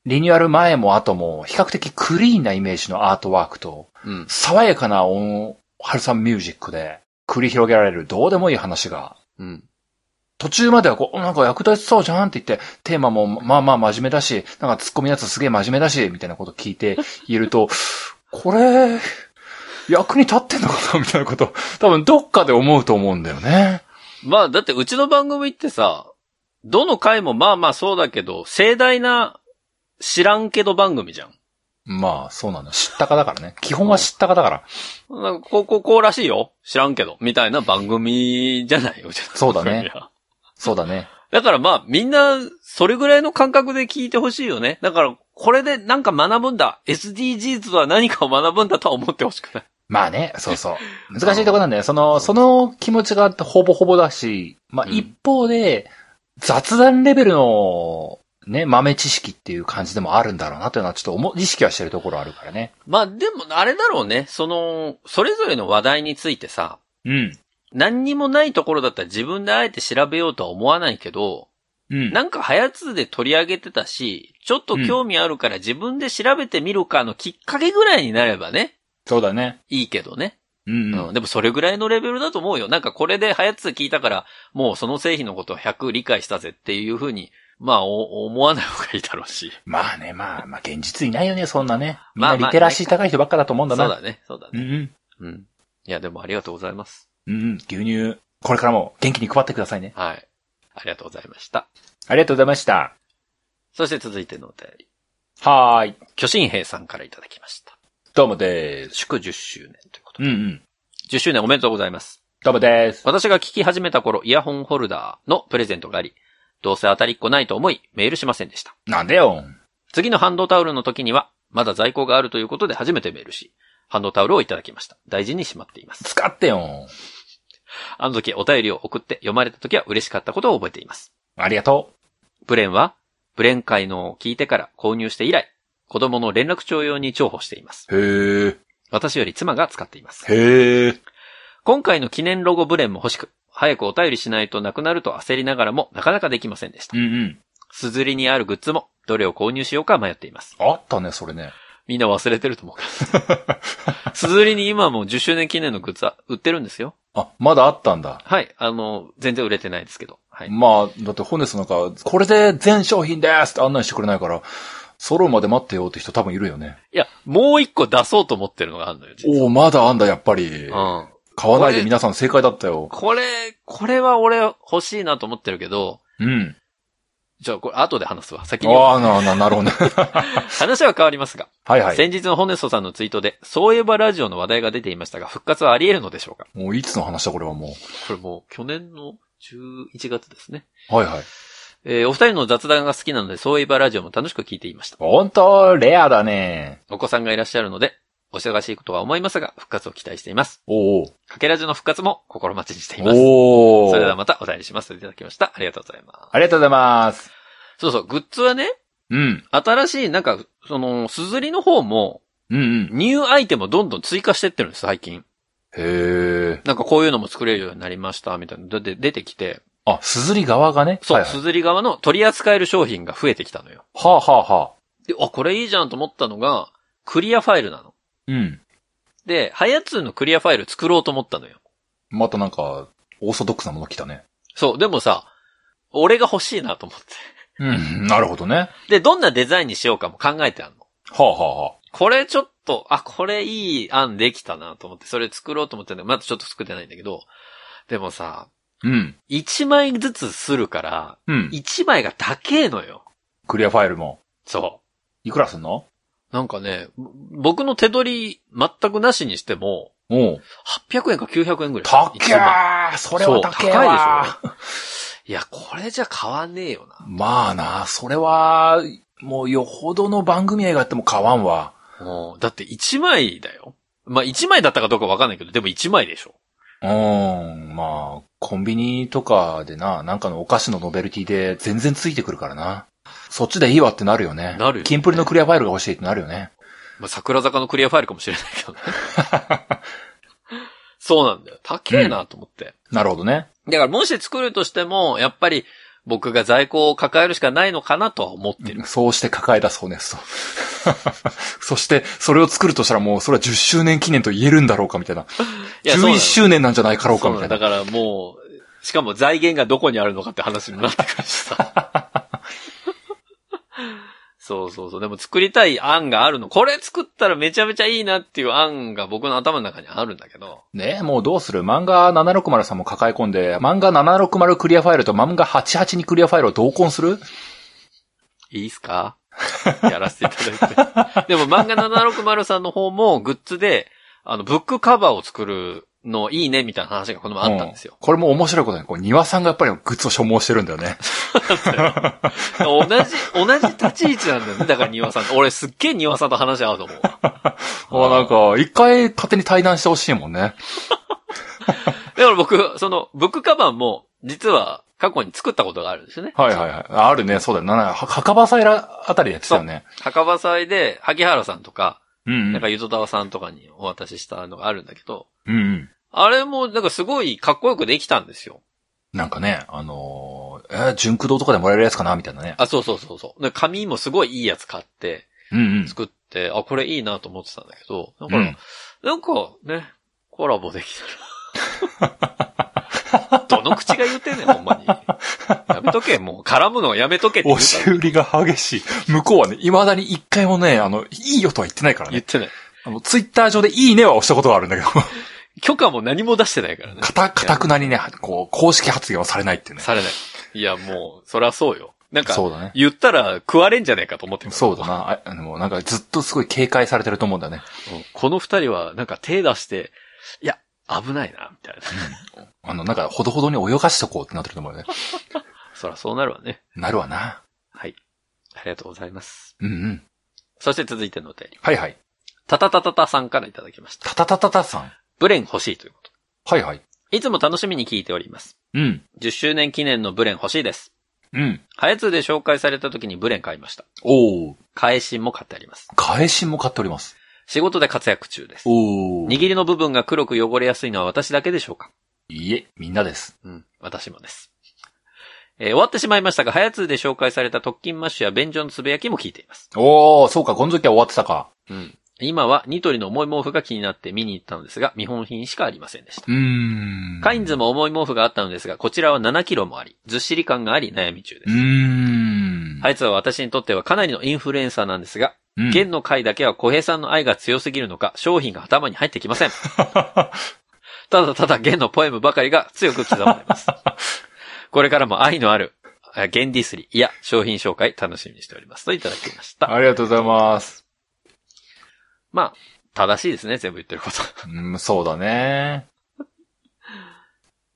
リニューアル前も後も比較的クリーンなイメージのアートワークと、うん。爽やかな音、春さんミュージックで繰り広げられるどうでもいい話が、うん。途中まではこう、おなんか役立ちそうじゃんって言って、テーマもまあまあ真面目だし、なんか突っ込みのやつすげえ真面目だし、みたいなこと聞いていると、これ、役に立ってんのかなみたいなこと、多分どっかで思うと思うんだよね。まあ、だってうちの番組ってさ、どの回もまあまあそうだけど、盛大な知らんけど番組じゃん。まあ、そうなの。知ったかだからね。基本は知ったかだから。なんか、こう、こう、こうらしいよ。知らんけど。みたいな番組じゃないよ。そうだね いやそうだね。だからまあ、みんな、それぐらいの感覚で聞いてほしいよね。だから、これでなんか学ぶんだ。SDGs とは何かを学ぶんだとは思ってほしくない。まあね、そうそう。難しいとこなんだよ。その、その気持ちがほぼほぼだし、まあうん一方で、雑談レベルの、ね、豆知識っていう感じでもあるんだろうなというのはちょっと思、意識はしてるところあるからね。まあ、でも、あれだろうね。その、それぞれの話題についてさ、うん。何にもないところだったら自分であえて調べようとは思わないけど、うん。なんか早通で取り上げてたし、ちょっと興味あるから自分で調べてみるかのきっかけぐらいになればね、そうだね。いいけどね。うん、うん、でもそれぐらいのレベルだと思うよ。なんかこれで早つ聞いたから、もうその製品のことを100理解したぜっていうふうに、まあお思わない方がいいだろうし。まあね、まあ、まあ現実いないよね、そんなね。みんまあなリテラシー高い人ばっかだと思うんそだうな。だね、そうだうね。んうん。いや、でもありがとうございます。うん。うんうん。牛乳、これからも元気に配ってくださいね。はい。ありがとうございました。あありがとうございました。そして続いてのお便り。はーい。巨神兵さんからいただきました。どうもでーす。祝10周年ということうんで。うん。 10周年おめでとうございます。どうもでーす。私が聞き始めた頃、イヤホンホルダーのプレゼントがあり、どうせ当たりっこないと思い、メールしませんでした。なんでよ。次のハンドタオルの時には、まだ在庫があるということで初めてメールし、ハンドタオルをいただきました。大事にしまっています。使ってよ。あの時お便りを送って読まれた時は嬉しかったことを覚えています。ありがとブレンは、ブレン会のを聞いてから購入して以来、子供の連絡帳用に重宝しています。う。へー。私より妻が使っています。へー。今回の記念ロゴブレンも欲しく、早くお便りしないとなくなると焦りながらもなかなかできませんでしたうん。うん。すずりにあるグッズも、どれを購入しようか迷っています。あったね、それね。みんな忘れてると思う から。すずりに今もう10周年記念のグッズは売ってるんですよ。あ、まだあったんだ。はい。あの、全然売れてないですけど。はい。まあ、だってホネスなんか、これで全商品ですって案内してくれないから、揃うまで待ってよって人多分いるよね。いや、もう一個出そうと思ってるのがあるのよ、実おおまだあんだ、やっぱり。は。うん。買わないで皆さん正解だったよ。これ、これは俺欲しいなと思ってるけど、うん。じゃあこれ後で話すわ。先に。ああ、な、な、なるほどね。話は変わりますが、は いはい。先日のホネストさんのツイートで、そういえばラジオの話題が出ていましたが、復活はあり得るのでしょうかもういつの話だ、これはもこれもう去年の11月ですね。う。はいはい。えーお二人の雑談が好きなので、そういえばラジオも楽しく聞いていました。本当レアだね。お子さんがいらっしゃるので、お忙しいことは思いますが、復活を期待しています。おうかけラジの復活も心待ちにしていおまうす。おおそれではまたお便りしますといただきました。ありがとうございます。ありがとうございます。そうそう、グッズはね、うん。新しい、なんか、その、すずりの方も、うんうん。ニューアイテムをどんどん追加してってるんです、最近。へえ。なんかこういうのも作れるようになりました、みたいな。だって出てきて、あ、すずり側がね。そはう、いはいすずり側の取り扱える商品が増えてきたのよ。はあはあはあ。で、あ、これいいじゃんと思ったのが、クリアファイルなの。うん。で、ハヤツーのクリアファイル作ろうと思ったのよ。またなんか、オーソドックスなもの来たね。そう、でもさ、俺が欲しいなと思って。うん。なるほどね。で、どんなデザインにしようかも考えてあんの。はあはあはこれちょっと、あ、これいい案できたなと思って、それ作ろうと思ってんだけど、まだちょっと作ってないんだけど、でもさ、あ。うん。 1枚ずつするから、うん。 1枚が高えのよ。クリアファイルも。そいくらすんのう。なんかね、ぼ僕の手取り全くなしにしても、おう。 800円か900円ぐらい。たっ一け枚ーそれそはう、たっ高けいーでしわょ。いや、これじゃ買わねえよな。まあな、それは、もうよほどの番組映画あっても買わんわ。うんだって1枚だよ。まあ、1枚だったかどうかわかんないけど、でも1枚でしょ。うーん、まあ、コンビニとかでな、なんかのお菓子のノベルティで全然ついてくるからな。そっちでいいわってなるよね。なるよねキンプリのクリアファイルが欲しいってなるよね。まあ、桜坂のクリアファイルかもしれないけどね。 そうなんだよ。高えなと思って。なるほどね。だからもし作るとしても、やっぱり僕が在庫を抱えるしかないのかなとは思ってる。そうして抱え出そうね、そう。 そして、それを作るとしたらもう、それは10周年記念と言えるんだろうか、みたいな。いや、そうな11の周年なんじゃないかろうか、そうみなのたいなだ。からもう、しかも財源がどこにあるのかって話になってくるしさ。そうそうそう。でも作りたい案があるの。これ作ったらめちゃめちゃいいなっていう案が僕の頭の中にあるんだけど。ねえ、もうどうする漫画760さんも抱え込んで、漫画760クリアファイルと漫画88にクリアファイルを同梱するいいっすか やらせていただいて。でも漫画760さんの方もグッズで、あの、ブックカバーを作るのいいねみたいな話がこの前あったんですよう。これも面白いことに、こう、庭さんがやっぱりグッズを所望してるんだよね。 同じ、同じ立ち位置なんだよね。だから庭さんと。俺すっげえ庭さんと話合うと思う。 あなんか、一回勝手に対談してほしいもんね。だから僕、その、ブックカバンも、実は、過去に作ったことがあるんですよね。はいはいはい。あるね、そうだよ。なな、は墓場さいらあたりでやってたよね。墓場祭で、萩原さんとか、うんうなんんか、。ゆとたわさんとかにお渡ししたのがあるんだけど、うんうん。あれも、なんかすごいかっこよくできたんですよ。なんかね、あのー、えー、純駆動とかでもらえるやつかなみたいなね。あ、そうそうそうそう。で紙もすごいいいやつ買って、うんうん。作って、あ、これいいなと思ってたんだけど、だうから、ん、なんか、ね、コラボできたら。 どの口が言うてんねん、ほんまに。やめとけ、もう。絡むのやめとけって言う押からし売りが激しい。向こうはね、未だに一回もね、あの、いいよとは言ってないから言っね。てない。あの、ツイッター上でいいねは押したことがあるんだ けど、許可も何も出してないからね。かた、かたくなにね、こう、公式発言はされないっていうね。されない。いや、もう、そりゃそうよ。なんか、そうだね。言ったら食われんじゃねえかと思ってます。そうだな。ああの、もうなんかずっとすごい警戒されてると思うんだよね。うんこの二人は、なんか手出して、いや、危ないな、みたいな。あの、なんかほどほどに泳がしとこうってなってると思うよね。そらそうなるわね。なるわな。はい。ありがとうございます。うんうん。そして続いてのお便り。はいはい。たたたたたさんからいただきました。たたたたたさん。ブレン欲しいということ。はいはい。いつも楽しみに聞いております。うん。 10周年記念のブレン欲しいです。うん。ハヤツーで紹介された時にブレン買いました。おー。返しも買ってあります。返しも買っております。仕事で活躍中です。おー。握りの部分が黒く汚れやすいのは私だけでしょうかいいえ、みんなです。うん、私もです。えー終わってしまいましたが、ハヤツーで紹介された特勤マッシュや便所のつぶやきも聞いています。おー、そうか、ゴンゾキは終わってたか。うん。今はニトリの重い毛布が気になって見に行ったのですが、見本品しかありませんでした。うーん。カインズ。ズも重い毛布があったのですが、こちらは7キロもあり、ずっしり感があり悩み中でうす。ーん。ハい。ヤツーは私にとってはかなりのインフルエンサーなんですが、うん、現の回だけは小平さんの愛が強すぎるのか、商品が頭に入ってきま せん。ただただ現のポエムばかりが強く刻まれ ます。これからも愛のある、あ現ディスリ、いや、商品紹介楽しみにしております。といただきました。ありがとうございます。まあ、正しいですね、全部言ってること。 うん、そうだね。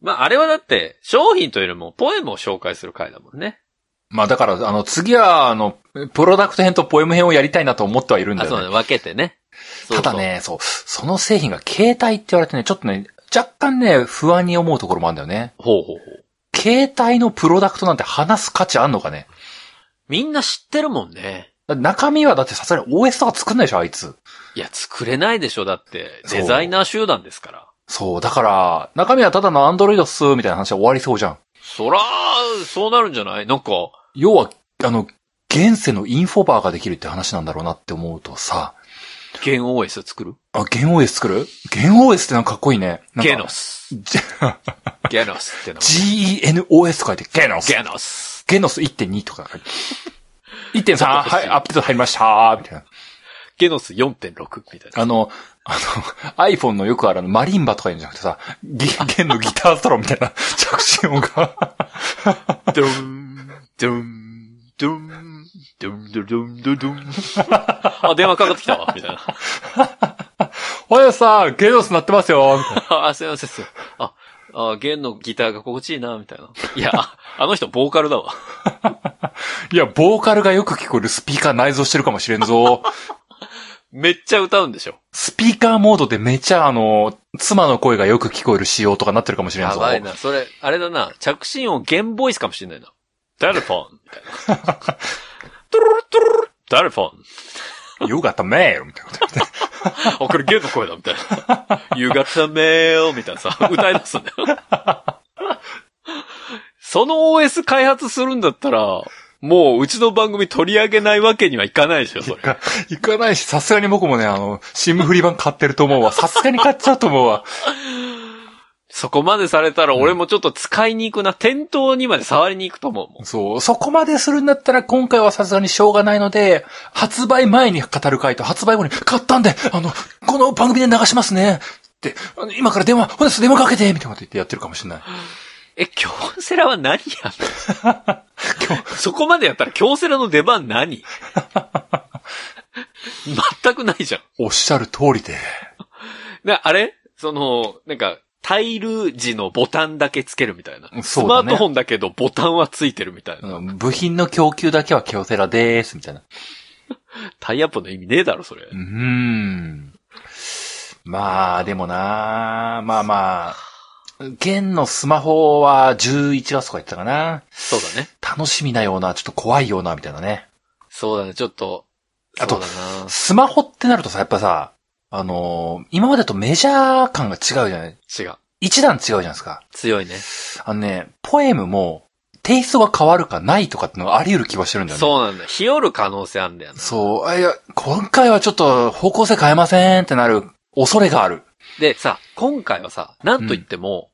まあ、あれはだって、商品というよりも、ポエムを紹介する回だもんね。まあだから、あの、次は、あの、プロダクト編とポエム編をやりたいなと思ってはいるんだあ、よそうね。だね、分けてね。そうそうただ。ね、そう、その製品が携帯って言われてね、ちょっとね、若干ね、不安に思うところもあるんだよね。ほうほうほう。携帯のプロダクトなんて話す価値あんのかね。みんな知ってるもんね。だって中身はだってさすがに OS とか作んないでしょ、あいつ。いや、作れないでしょ、だって。そうデザイナー集団ですから。そう、だから、中身はただの Android っす、みたいな話は終わりそうじゃん。そらー、そうなるんじゃないなんか、要は、あの、現世のインフォバーができるって話なんだろうなって思うとさ、ゲン OS 作るあ、ゲン OS 作るゲン OS ってなんかかっこいいね。なんかゲノス。じゲノスっての GENOS と書いて、ゲノ スゲノス。ゲノス1.2とか書いて。1.3、はい、 アップデート入りましたみたいな。ゲノス4.6みたいな。あの、あの、iPhone のよくあるあのマリンバとか言うんじゃなくてさ、 ゲ弦のギターソロみたいな 着信音が。 ドゥン、ドゥン、ドゥン、ドゥン、ドゥン、ドゥン、ドゥン、ドゥン。 あ、電話かかってきたわ、みたいな。 おやさん、ゲノス鳴ってますよみたいなあ、すいません、すいません。あ、あ、弦のギターが心地いいな、みたいな。いや、ああの人ボーカルだわ。いや、ボーカルがよく聞こえるスピーカー内蔵してるかもしれんぞ。めっちゃ歌うんでしょ。スピーカーモードでめちゃあの、妻の声がよく聞こえる仕様とかなってるかもしれんやぞ。ばいな。それ、あれだな。着信音弦ボイスかもしれないな。ダルフ ォン、みたいな。トゥルルトゥルル、ダルフォン。よかっためよみたいなこと言って。あ、これ弦の声だ、みたいな。You got the mail, みたいなさ、歌い出すんだよ。その OS 開発するんだったら、もううちの番組取り上げないわけにはいかないでしょ、それ。行かないし、さすがに僕もね、あの、新聞振り版買ってると思うわ。さすがに買っちゃうと思うわ。そこまでされたら俺もちょっと使いに行くな。店頭にまで触りに行くと思うもん。そう、そこまでするんだったら今回はさすがにしょうがないので、発売前に語る回と発売後に、買ったんで、あの、この番組で流しますね。って、あの今から電話、ほんです、電話かけてみたいなこと言ってやってるかもしれない。え、京セラは何や んのそこまでやったら京セラの出番何全くないじゃん。おっしゃる通りで。な、あれその、なんか、タイル時のボタンだけつけるみたいな。スそうマだねートフォンだけどボタンはついてるみたいな。うん部品の供給だけは京セラでーす、みたいな。タイアップの意味ねえだろ、それ。うーん。まあ、でもなまあまあ、現のスマホは11月とか言ってたかな。そうだね。楽しみなような、ちょっと怖いような、みたいなね。そうだね、ちょっと。あそうとだな。スマホってなるとさ、やっぱさ、あのー今までとメジャー感が違うじゃない違う。一段違うじゃないですか。強いね。あのね、ポエムも、テイストが変わるかないとかってのがあり得る気はしてるんだよね。そうなんだ。日和る可能性あんだよな。そう。あいや、今回はちょっと方向性変えませんってなる恐れがある。で、さ、今回はさ、なんと言っても、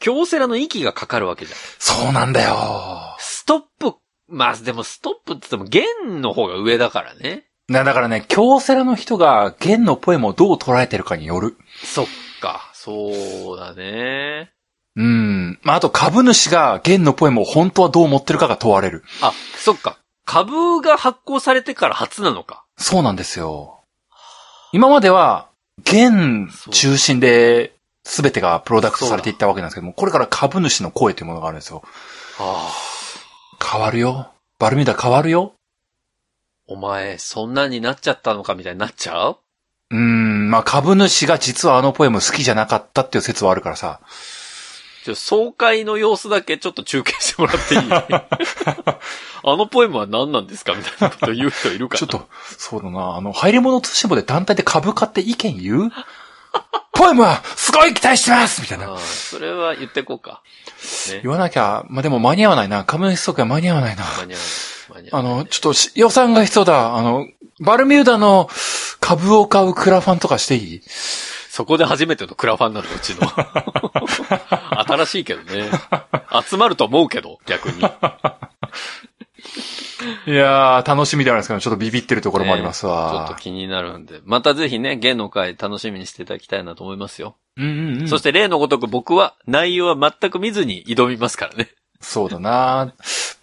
京セラの息がかかるわけじゃん。そうなんだよ。ストップ、まあでもストップって言っても、弦の方が上だからね。な、だからね、京セラの人が弦のポエムをどう捉えてるかによる。そっか、そうだね。ううん。まあ、あと株主が元のポエムを本当はどう思ってるかが問われる。あ、そっか。株が発行されてから初なのか。そうなんですよ。今までは、元中心で全てがプロダクトされていったわけなんですけども、これから株主の声というものがあるんですよ。ああ。変わるよ。バルミューダ変わるよ。お前、そんなになっちゃったのかみたいになっちゃううーん、まあ、株主が実はあのポエム好きじゃなかったっていう説はあるからさ。ちょ、総会の様子だけちょっと中継してもら っていいあのポエムは何なんですかみたいなこと言う人いるかちょっら。と、そうだな、あの、入り物通信簿で団体で株買って意見言う ポエムはすごい期待してますみたいな。ああそれは言ってこうか。ね。言わなきゃ、まあ、でも間に合わないな。株主総会間に合わないな。間に合わない。間に合あわない。の、ちょっとし予算が必要だ。あの、バルミューダの株を買うクラファンとかしていいそこで初めてのクラファンなの、うちの。新しいけどね。集まると思うけど、逆に。いやー、楽しみではないですけど、ちょっとビビってるところもありますちょっとわ。気になるんで。またぜひね、芸の会楽しみにしていただきたいなと思いますよ。うんうんうん。そして例のごとく僕は内容は全く見ずに挑みますからね。そうだな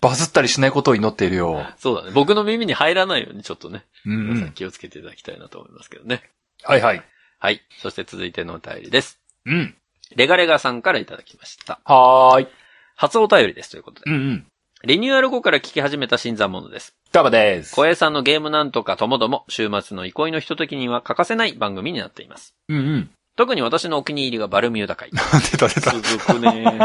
バズったりしないことを祈っているよ。そうだね。僕の耳に入らないようにちょっとね、うん、う皆さんん。気をつけていただきたいなと思いますけどね。はいはい。はい。そして続いてのお便りです。うん。レガレガさんからいただきました。はーい。初お便りですということで。うんうん。リニューアル後から聞き始めた新参者です。ダバです。小江さんのゲームなんとかともども、週末の憩いのひとときには欠かせない番組になっています。うんうん。 特に私のお気に入りがバルミューダ会。出た出た。 続くね、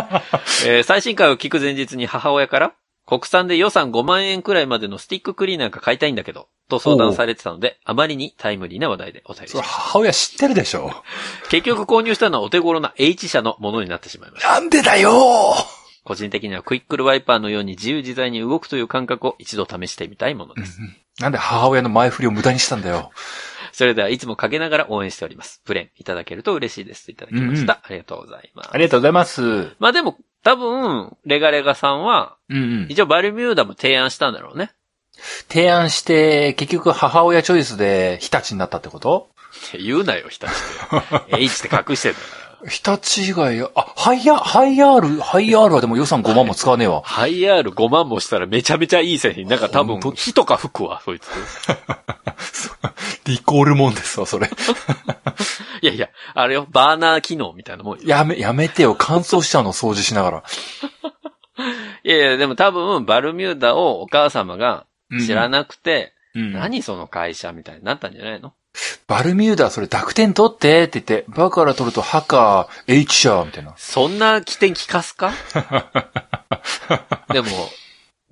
えー最新回を聞く前日に母親から、国産で予算5万円くらいまでのスティッククリーナーが買いたいんだけど、と相談されてたので、あまりにタイムリーな話題でお便りしそれまし母親知ってるでしょ。た。結局購入したのはお手頃な H 社のものになってしまいました。なんでだよ個人的にはクイックルワイパーのように自由自在に動くという感覚を一度試してみたいものです。なんで母親の前振りを無駄にしたんだよ。それではいつもかけながら応援しております。プレイいただけると嬉しいです。いただきました。ありがとうございます。りがとうございます。うんまあでも、多分、レガレガさんは、うん。一応バルミューダも提案したんだろうね。提案して、結局母親チョイスで日立になったってことって言うなよ、日立で。H って隠してんだから。日立以外、あ、ハイヤー、ハイヤール、ハイヤールはでも予算5万も使わねえわ。ハイアール5万もしたらめちゃめちゃいい製品。なんか多分ほんと、火とか吹くわ、そいつ。リコールもんですわ、それ。いやいや、あれよ、バーナー機能みたいなもんよ。やめ、やめてよ、乾燥しちゃうの、掃除しながら。いやいや、でも多分、バルミューダをお母様が知らい。なくて、うん何その会社みたいになったんじゃないのバルミューダ、それ濁点取ってって言って、バから取るとハカ、H 社、みたいな。そんな起点聞かす かでも、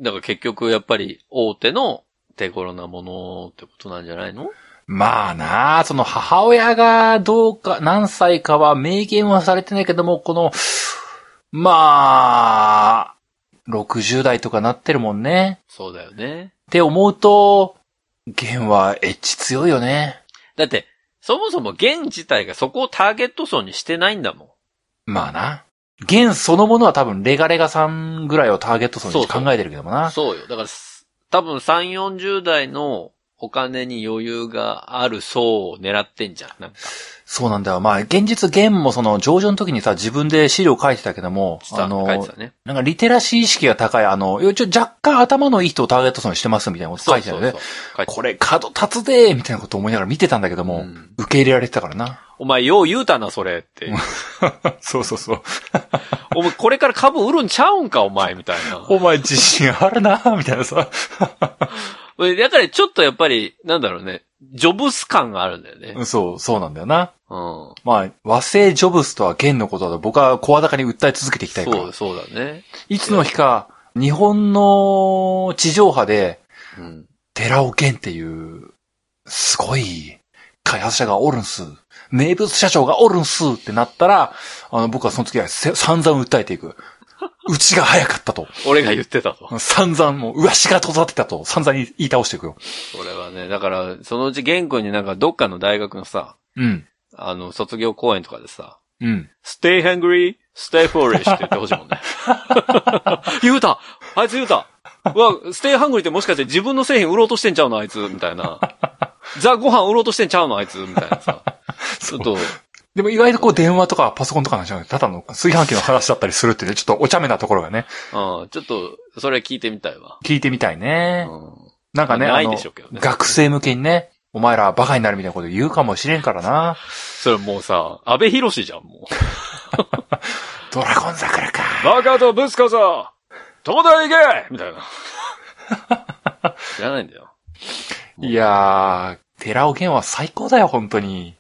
だから結局やっぱり大手の手頃なものってことなんじゃないのまあなあ、その母親がどうか、何歳かは明言はされてないけども、この、まあ、60代とかなってるもんね。そうだよね。って思うと、弦はエッジ強いよね。だって、そもそも弦自体がそこをターゲット層にしてないんだもん。まあな。弦そのものは多分レガレガさんぐらいをターゲット層にそうそう考えてるけどもな。そうよ。だからす、多分3、40代のお金に余裕がある層を狙ってんじゃん。なんか、そうなんだよ。まあ、現実弦もその上場の時にさ、自分で資料書いてたけども、実あはの、書いてたね。なんかリテラシー意識が高い、あの、一応若干頭のいい人をターゲット層にしてますみたいなこと書いてあるね。そう書いてこれ角立つでーみたいなこと思いながら見てたんだけどたうも、ん受け入れられてたからな。お前、よう言うたな、それって。 そうそうそう。お前、これから株売るんちゃうんか、お前、みたいな。お前自信あるなーみたいなさ。だから、ちょっとやっぱり、なんだろうね、ジョブス感があるんだよね。うん。 そう、そうなんだよな。まあ、和製ジョブスとは弦のことだと僕は声高に訴え続けていきたいかそらう、。そうだね。いつの日か、日本の地上波で、うん。寺尾玄っていう、すごい、開発者がおるんす。名物社長がおるんすってなったら、あの、僕はその時はせ散々訴えていく。うちが早かったと。俺が言ってたと。散々もう、うわしが遠ざってたと、散々言い倒していくよ。それはね、だから、そのうち玄君になんかどっかの大学のさ、うん。あの、卒業公演とかでさ、うん。 stay hungry, stay foolish って言ってほしいもんね。 言うたあいつ言うたうわ、stay hungry ってもしかして自分の製品売ろうとしてんちゃ うのあいつみたいな。ザご飯売ろうとしてんちゃうのあいつみたいなさ。ちょっと、でも意外とこう電話とかパソコンとかの話じゃなくて、ただの炊飯器の話だったりするってね、ちょっとお茶目なところがね、うん、ちょっと、それ聞いてみたいわ。聞いてみたいうね。ん。なんかね、まああないのでしょうけどね、学生向けにね、お前らバカになるみたいなこと言うかもしれんからな。それもうさ、安倍博士じゃん、もう。ドラゴン桜か。バカとブスこそ、東大行けみたいな。知らないんだよ。いやー、寺尾健は最高だよ、本当に。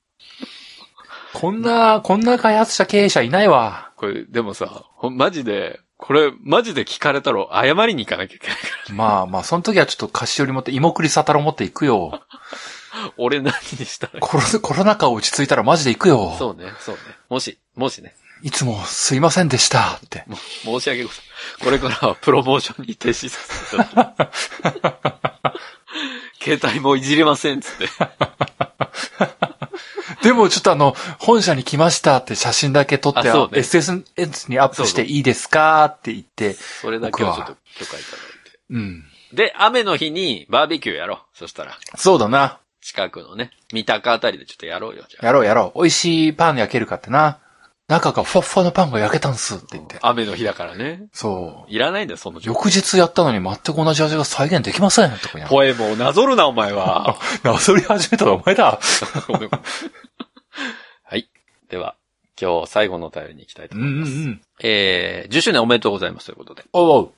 こんな、こんな開発者経営者いないわ。これ、でもさ、ほんマジで、これ、マジで聞かれたら謝りに行かなきゃいけないかまあまあ、その時はちょっと菓子折り持って、芋栗サタロ持っていくよ。ら。俺何にしたらいいコロ、コロナ 禍落ち着いたらマジで行くよ。そうね、そうね。もし、もしね、いつもすいませんでした、って。申し訳ございません。これからはプロモーションに停止させていただきます。携帯もいじりません、つって。でもちょっとあの、本社に来ましたって写真だけ撮って、あそうね SNS にアップしていいですかって言って、それだけをちょっと許可いただいて。うん。で、雨の日にバーベキューやろう。そしたら、そうだな。近くのね、三鷹あたりでちょっとやろうよ、じゃあ。やろうやろう。美味しいパン焼けるかってな。中がふわっふわのパンが焼けたんすって言って。雨の日だからね。そう。いらないんだよ、その情報。翌日やったのに全く同じ味が再現できませんとか言いながポエムをなぞるな、お前は。 ら。な、それ始めたのお前だ。ごめんごめんはい。では、今日最後のお便りに行きたいとう思いんうんまうす。ん。えー、10周年おめでとうございますということで。おう。小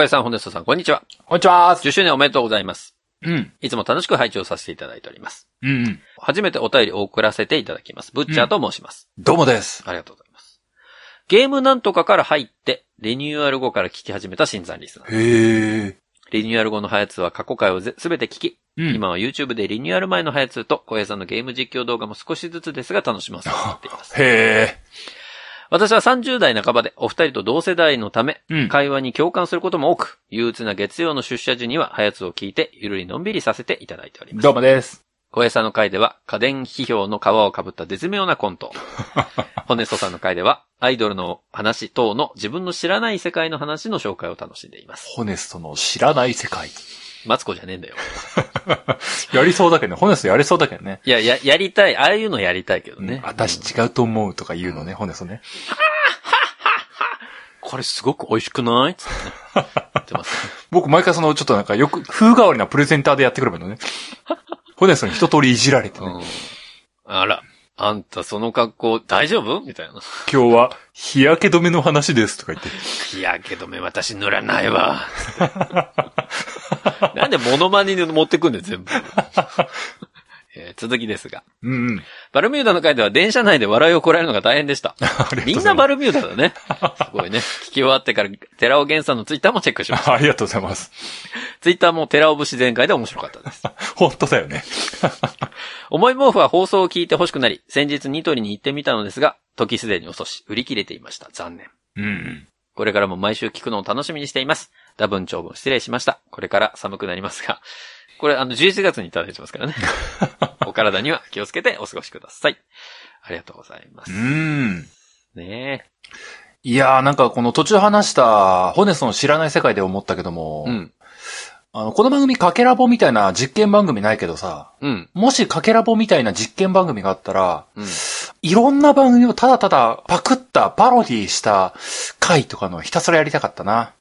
林さん、本スさん、こんにちは。こんにちは。 10周年おめでとうございます。うん。いつも楽しく拝聴させていただいております。うんうん。初めてお便りを送らせていただきます。ブッチャーと申します。どうもです。ありがとうございます。ゲームなんとかから入って、リニューアル後から聞き始めた新山リスナー。へえ。リニューアル後のハヤツは過去回をぜ全て聞き、うん。今は YouTube でリニューアル前のハヤツと小平さんのゲーム実況動画も少しずつですが楽しませてもらっています。へえ。私は30代半ばでお二人と同世代のため、うん会話に共感することも多く、憂鬱な月曜の出社時にはハヤツを聞いて、ゆるりのんびりさせていただいております。どうもです。小江さんの回では、家電批評の皮をかぶった絶妙なコン ト。ホネストさんの回では、アイドルの話等の自分の知らない世界の話の紹介を楽しんでいます。ホネストの知らない世界。マツコじゃねえんだよ。やりそうだけどね。ホネストやりそうだけどね。いや、や、やりたい。ああいうのやりたいけどね。私うん違うと思うとか言うのね、ホネストね。これすごく美味しくないつってね言ってます。僕毎回その、ちょっとなんかよく、風変わりなプレゼンターでやってくればいいのね。 ホネストに一通りいじられてうん。ね。あら、あんたその格好大丈夫みたいな。今日は日焼け止めの話ですとか言って。日焼け止め私塗らないわ。なんでモノマネに持ってくんだよ、全部。えー続きですが。うんうん。バルミューダの回では電車内で笑いをこらえるのが大変でした。みんなバル。ルミューダだね。すごいね。聞き終わってから、寺尾源さんのツイッターもチェックしました。 ありがとうございます。ツイッターも寺尾節全開で面白かったです。本当だよね。思い毛布は放送を聞いて欲しくなり、先日ニトリに行ってみたのですが、時すでに遅し、売り切れていました。残念。うん。これからも毎週聞くのを楽しみにしています。多分長文失礼しました。これから寒くなりますが。これ、あの、11月にいただいてますから ね。お体には気をつけてお過ごしください。ありがとうございますう。ん。ねいやーなんかこの途中話した、ホネスの知らない世界で思ったけどもえ。、うん。あの、この番組かけらぼみたいな実験番組ないけどさ、うん。もしかけらぼみたいな実験番組があったら、うん。いろんな番組をただただパクった、パロディした回とかのひたすらやりたかったな。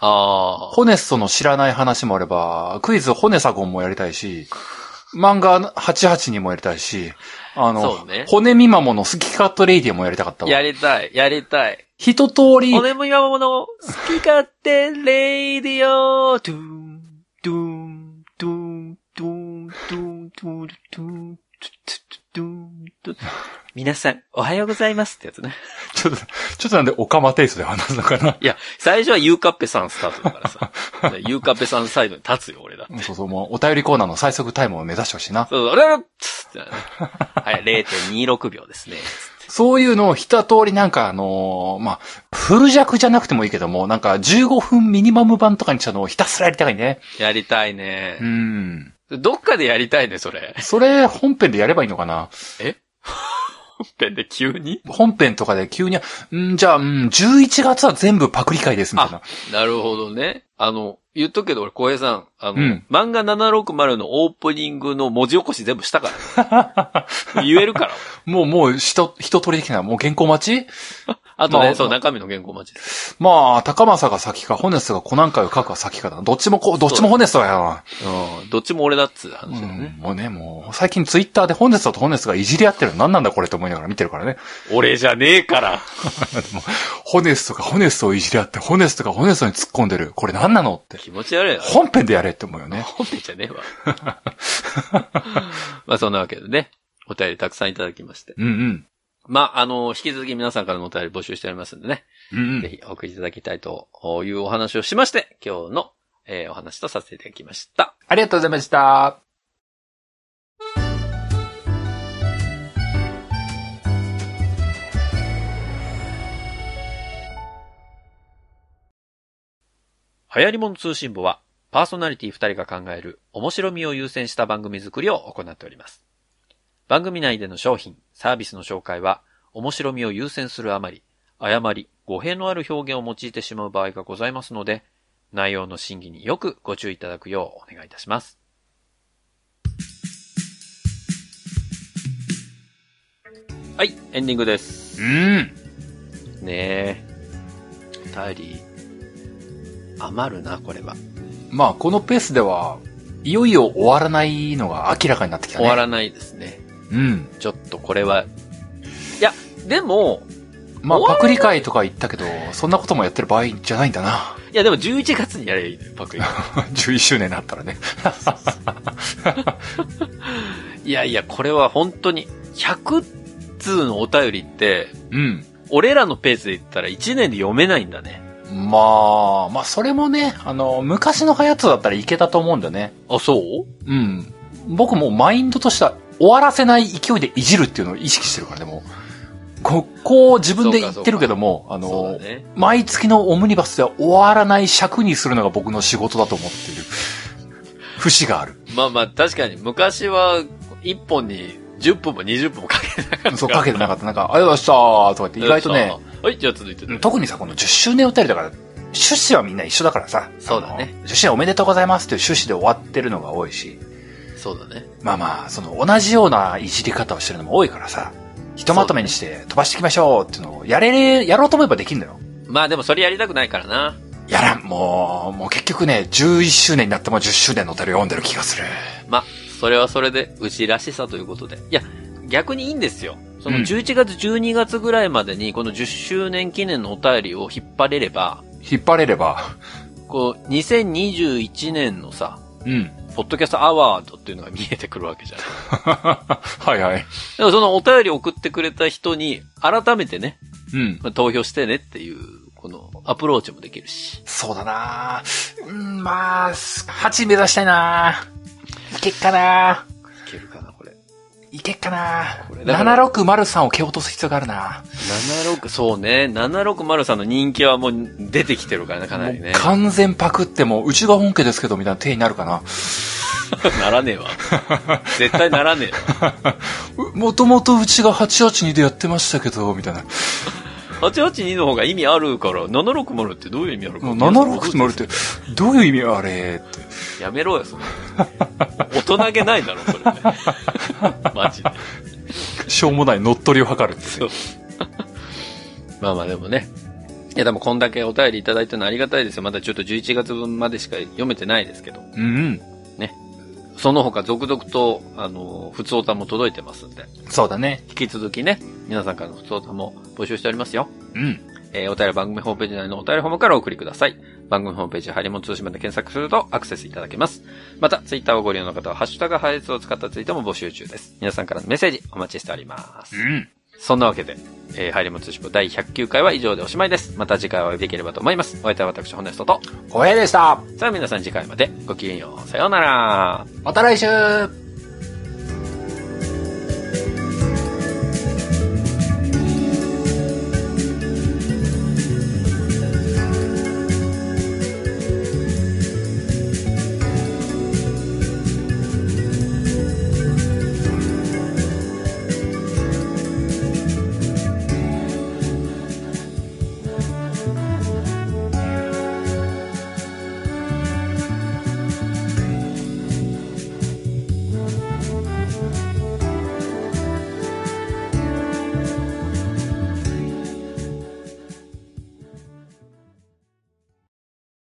ああ。ホネストの知らない話もあれば、クイズホネサゴンもやりたいし、漫画88にもやりたいし、そあの、うね骨見まもの好きカットレイディもやりたかったわ。やりたい、やりたい。一通り、俺も今もの、好き勝手、レイディオ、トゥーン、トゥーン、トゥーン、トゥーン、トゥーン、トゥーン、トゥーン、トゥーン、トゥーン、トゥーン、トゥーン。皆さん、おはようございますってやつね。 ちょっと、ちょっとなんでオカマテイストで話すのかな。 いや、最初はユーカッペさんスタートだからさ。ユーカッペさんサイドに立つよ、俺だ。そうそう、もうお便りコーナーの最速タイムを目指してほしいな。そう、あれっつってね。はい、0.26秒ですね。そういうのを一通りなんかあのーまあ、フル弱じゃなくてもいいけども、なんか15分ミニマム版とかにしたのをひたすらやりたいね。やりたいねう。ん。どっかでやりたいね、それ。それ本編でやればいいのかなえ編で急に本編とかで急に、んじゃあ、うん、11月は全部パクリ会です、みたいな。なるほどね。あの、言っとくけど俺、小平さん、あの、うん漫画760のオープニングの文字起こし全部した から。言えるから。もう、もう、人、人取り的な、もう原稿待ちあとね、まあそう、中身の原稿待ちです。まあ、高政が先か、ホネスがコナン会を書くは先かだ。どっちもこう、どっちもホネスだよ。うん。どっちも俺だっつうう話だよんね。、もうね、もう、最近ツイッターでホネスだとホネスがいじり合ってるの何なんだこれと思いながら見てるからね。俺じゃねえから。ホネスとかホネスをいじり合って、ホネスとかホネスに突っ込んでる。これ何なのって。気持ち悪いな。本編でやれって思うよね。本編じゃねえわ。 まあそんなわけでね、お便りたくさんいただきまして。うんうん。まあ、あの、引き続き皆さんからのお便り募集しておりますんでね、うんうぜん。ひお送りいただきたいというお話をしまして、今日の、えーお話とさせていただきました。ありがとうございました。流行り物通信簿は、パーソナリティ2人が考える面白みを優先した番組作りを行っております。番組内での商品、サービスの紹介は、面白みを優先するあまり、誤り、語弊のある表現を用いてしまう場合がございますので、内容の審議によくご注意いただくようお願いいたします。はい、エンディングです。うん。ねえ。お便り、余るな、これは。まあ、このペースでは、いよいよ終わらないのが明らかになってきたね。終わらないですね。うん。ちょっとこれは。いや、でも、まあ、終わらないパクリ会とか言ったけど、そんなこともやってる場合じゃないんだな。いやでも11月にやればいいのよ、パク リ。 11周年になったらね。いやいや、これは本当に、100通のお便りって、うん。俺らのペースで言ったら1年で読めないんだね。まあ、まあ、それもね、あの、昔のやつだったらいけたと思うんだよね。あ、そううん。僕もうマインドとしては、終わらせない勢いでいじるっていうのを意識してるからね、もう。ここを自分で言ってるけども、あそうの、だね。毎月のオムニバスでは終わらない尺にするのが僕の仕事だと思っている。節があ る。まあまあ、確かに昔は1本に10分も20分もかけてそう、かけてなかった。なんか、ありがとうございましたとか言って、意外とね、。はい、じゃあ続いてね特にさ、この10周年お便りだから、趣旨はみんな一緒だからさ。そうだねあの。10周年おめでとうございますという趣旨で終わってるのが多いし、そうだね。まあまあ、その同じようないじり方をしてるのも多いからさ、ひとまとめにして飛ばしていきましょうっていうのをやれれ、やろうと思えばできるのよ。まあでもそれやりたくないからな。やらん、もう、もう結局ね、11周年になっても10周年のお便りを読んでる気がする。まあ、それはそれで、うちらしさということで。いや、逆にいいんですよ。そのうん11月、12月ぐらいまでに、この10周年記念のお便りを引っ張れれば、引っ張れれば、こう、2021年のさ、うん。 ポッドキャストアワードっていうのが見えてくるわけ じゃん。だかはいはい。らそのお便り送ってくれた人に、改めてね、うん。まあ投票してねっていう、このアプローチもできるし。そうだなうん、まあ、8目指したいないけっかないけるかな、これ。いけっかなこれだから760を蹴落とす必要があるな76、そうね。760さんの人気はもう出てきてるからね、かなりもねう。完全パクってもう、うちが本家ですけど、みたいな手になるかな。 ならねえわ。絶対ならねえわ。うもともとうちが882でやってましたけど、みたいな。 882の方が意味あるから、760ってどういう意味あるか。もう760って、どういう意味あれって。やめろよ、それ。大人げないだろ、それ、ね。マジで。しょうもない乗っ取りを図るってね、そう。まあまあでもね。いやでもこんだけお便りいただいたのありがたいですよ。まだちょっと11月分までしか読めてないですけど。うんその他続々と、あの、普通おたも届いてますんで。うん。そうだね。引き続きね、皆さんからの普通おたも募集しておりますよ。うん。えーお便りは番組ホームページ内のお便りフォームからお送りください。番組ホームページ、ハリモン通信まで検索するとアクセスいただけます。また、ツイッターをご利用の方は、ハッシュタグハイツを使ったツイートも募集中です。皆さんからのメッセージお待ちしております。うん。そんなわけで、えー、ハリモン通信部第109回は以上でおしまいです。また次回お会いできればと思います。お相手は私、ホネストと。小平でした。さあ皆さん次回までごきげんよう。さようなら。また来週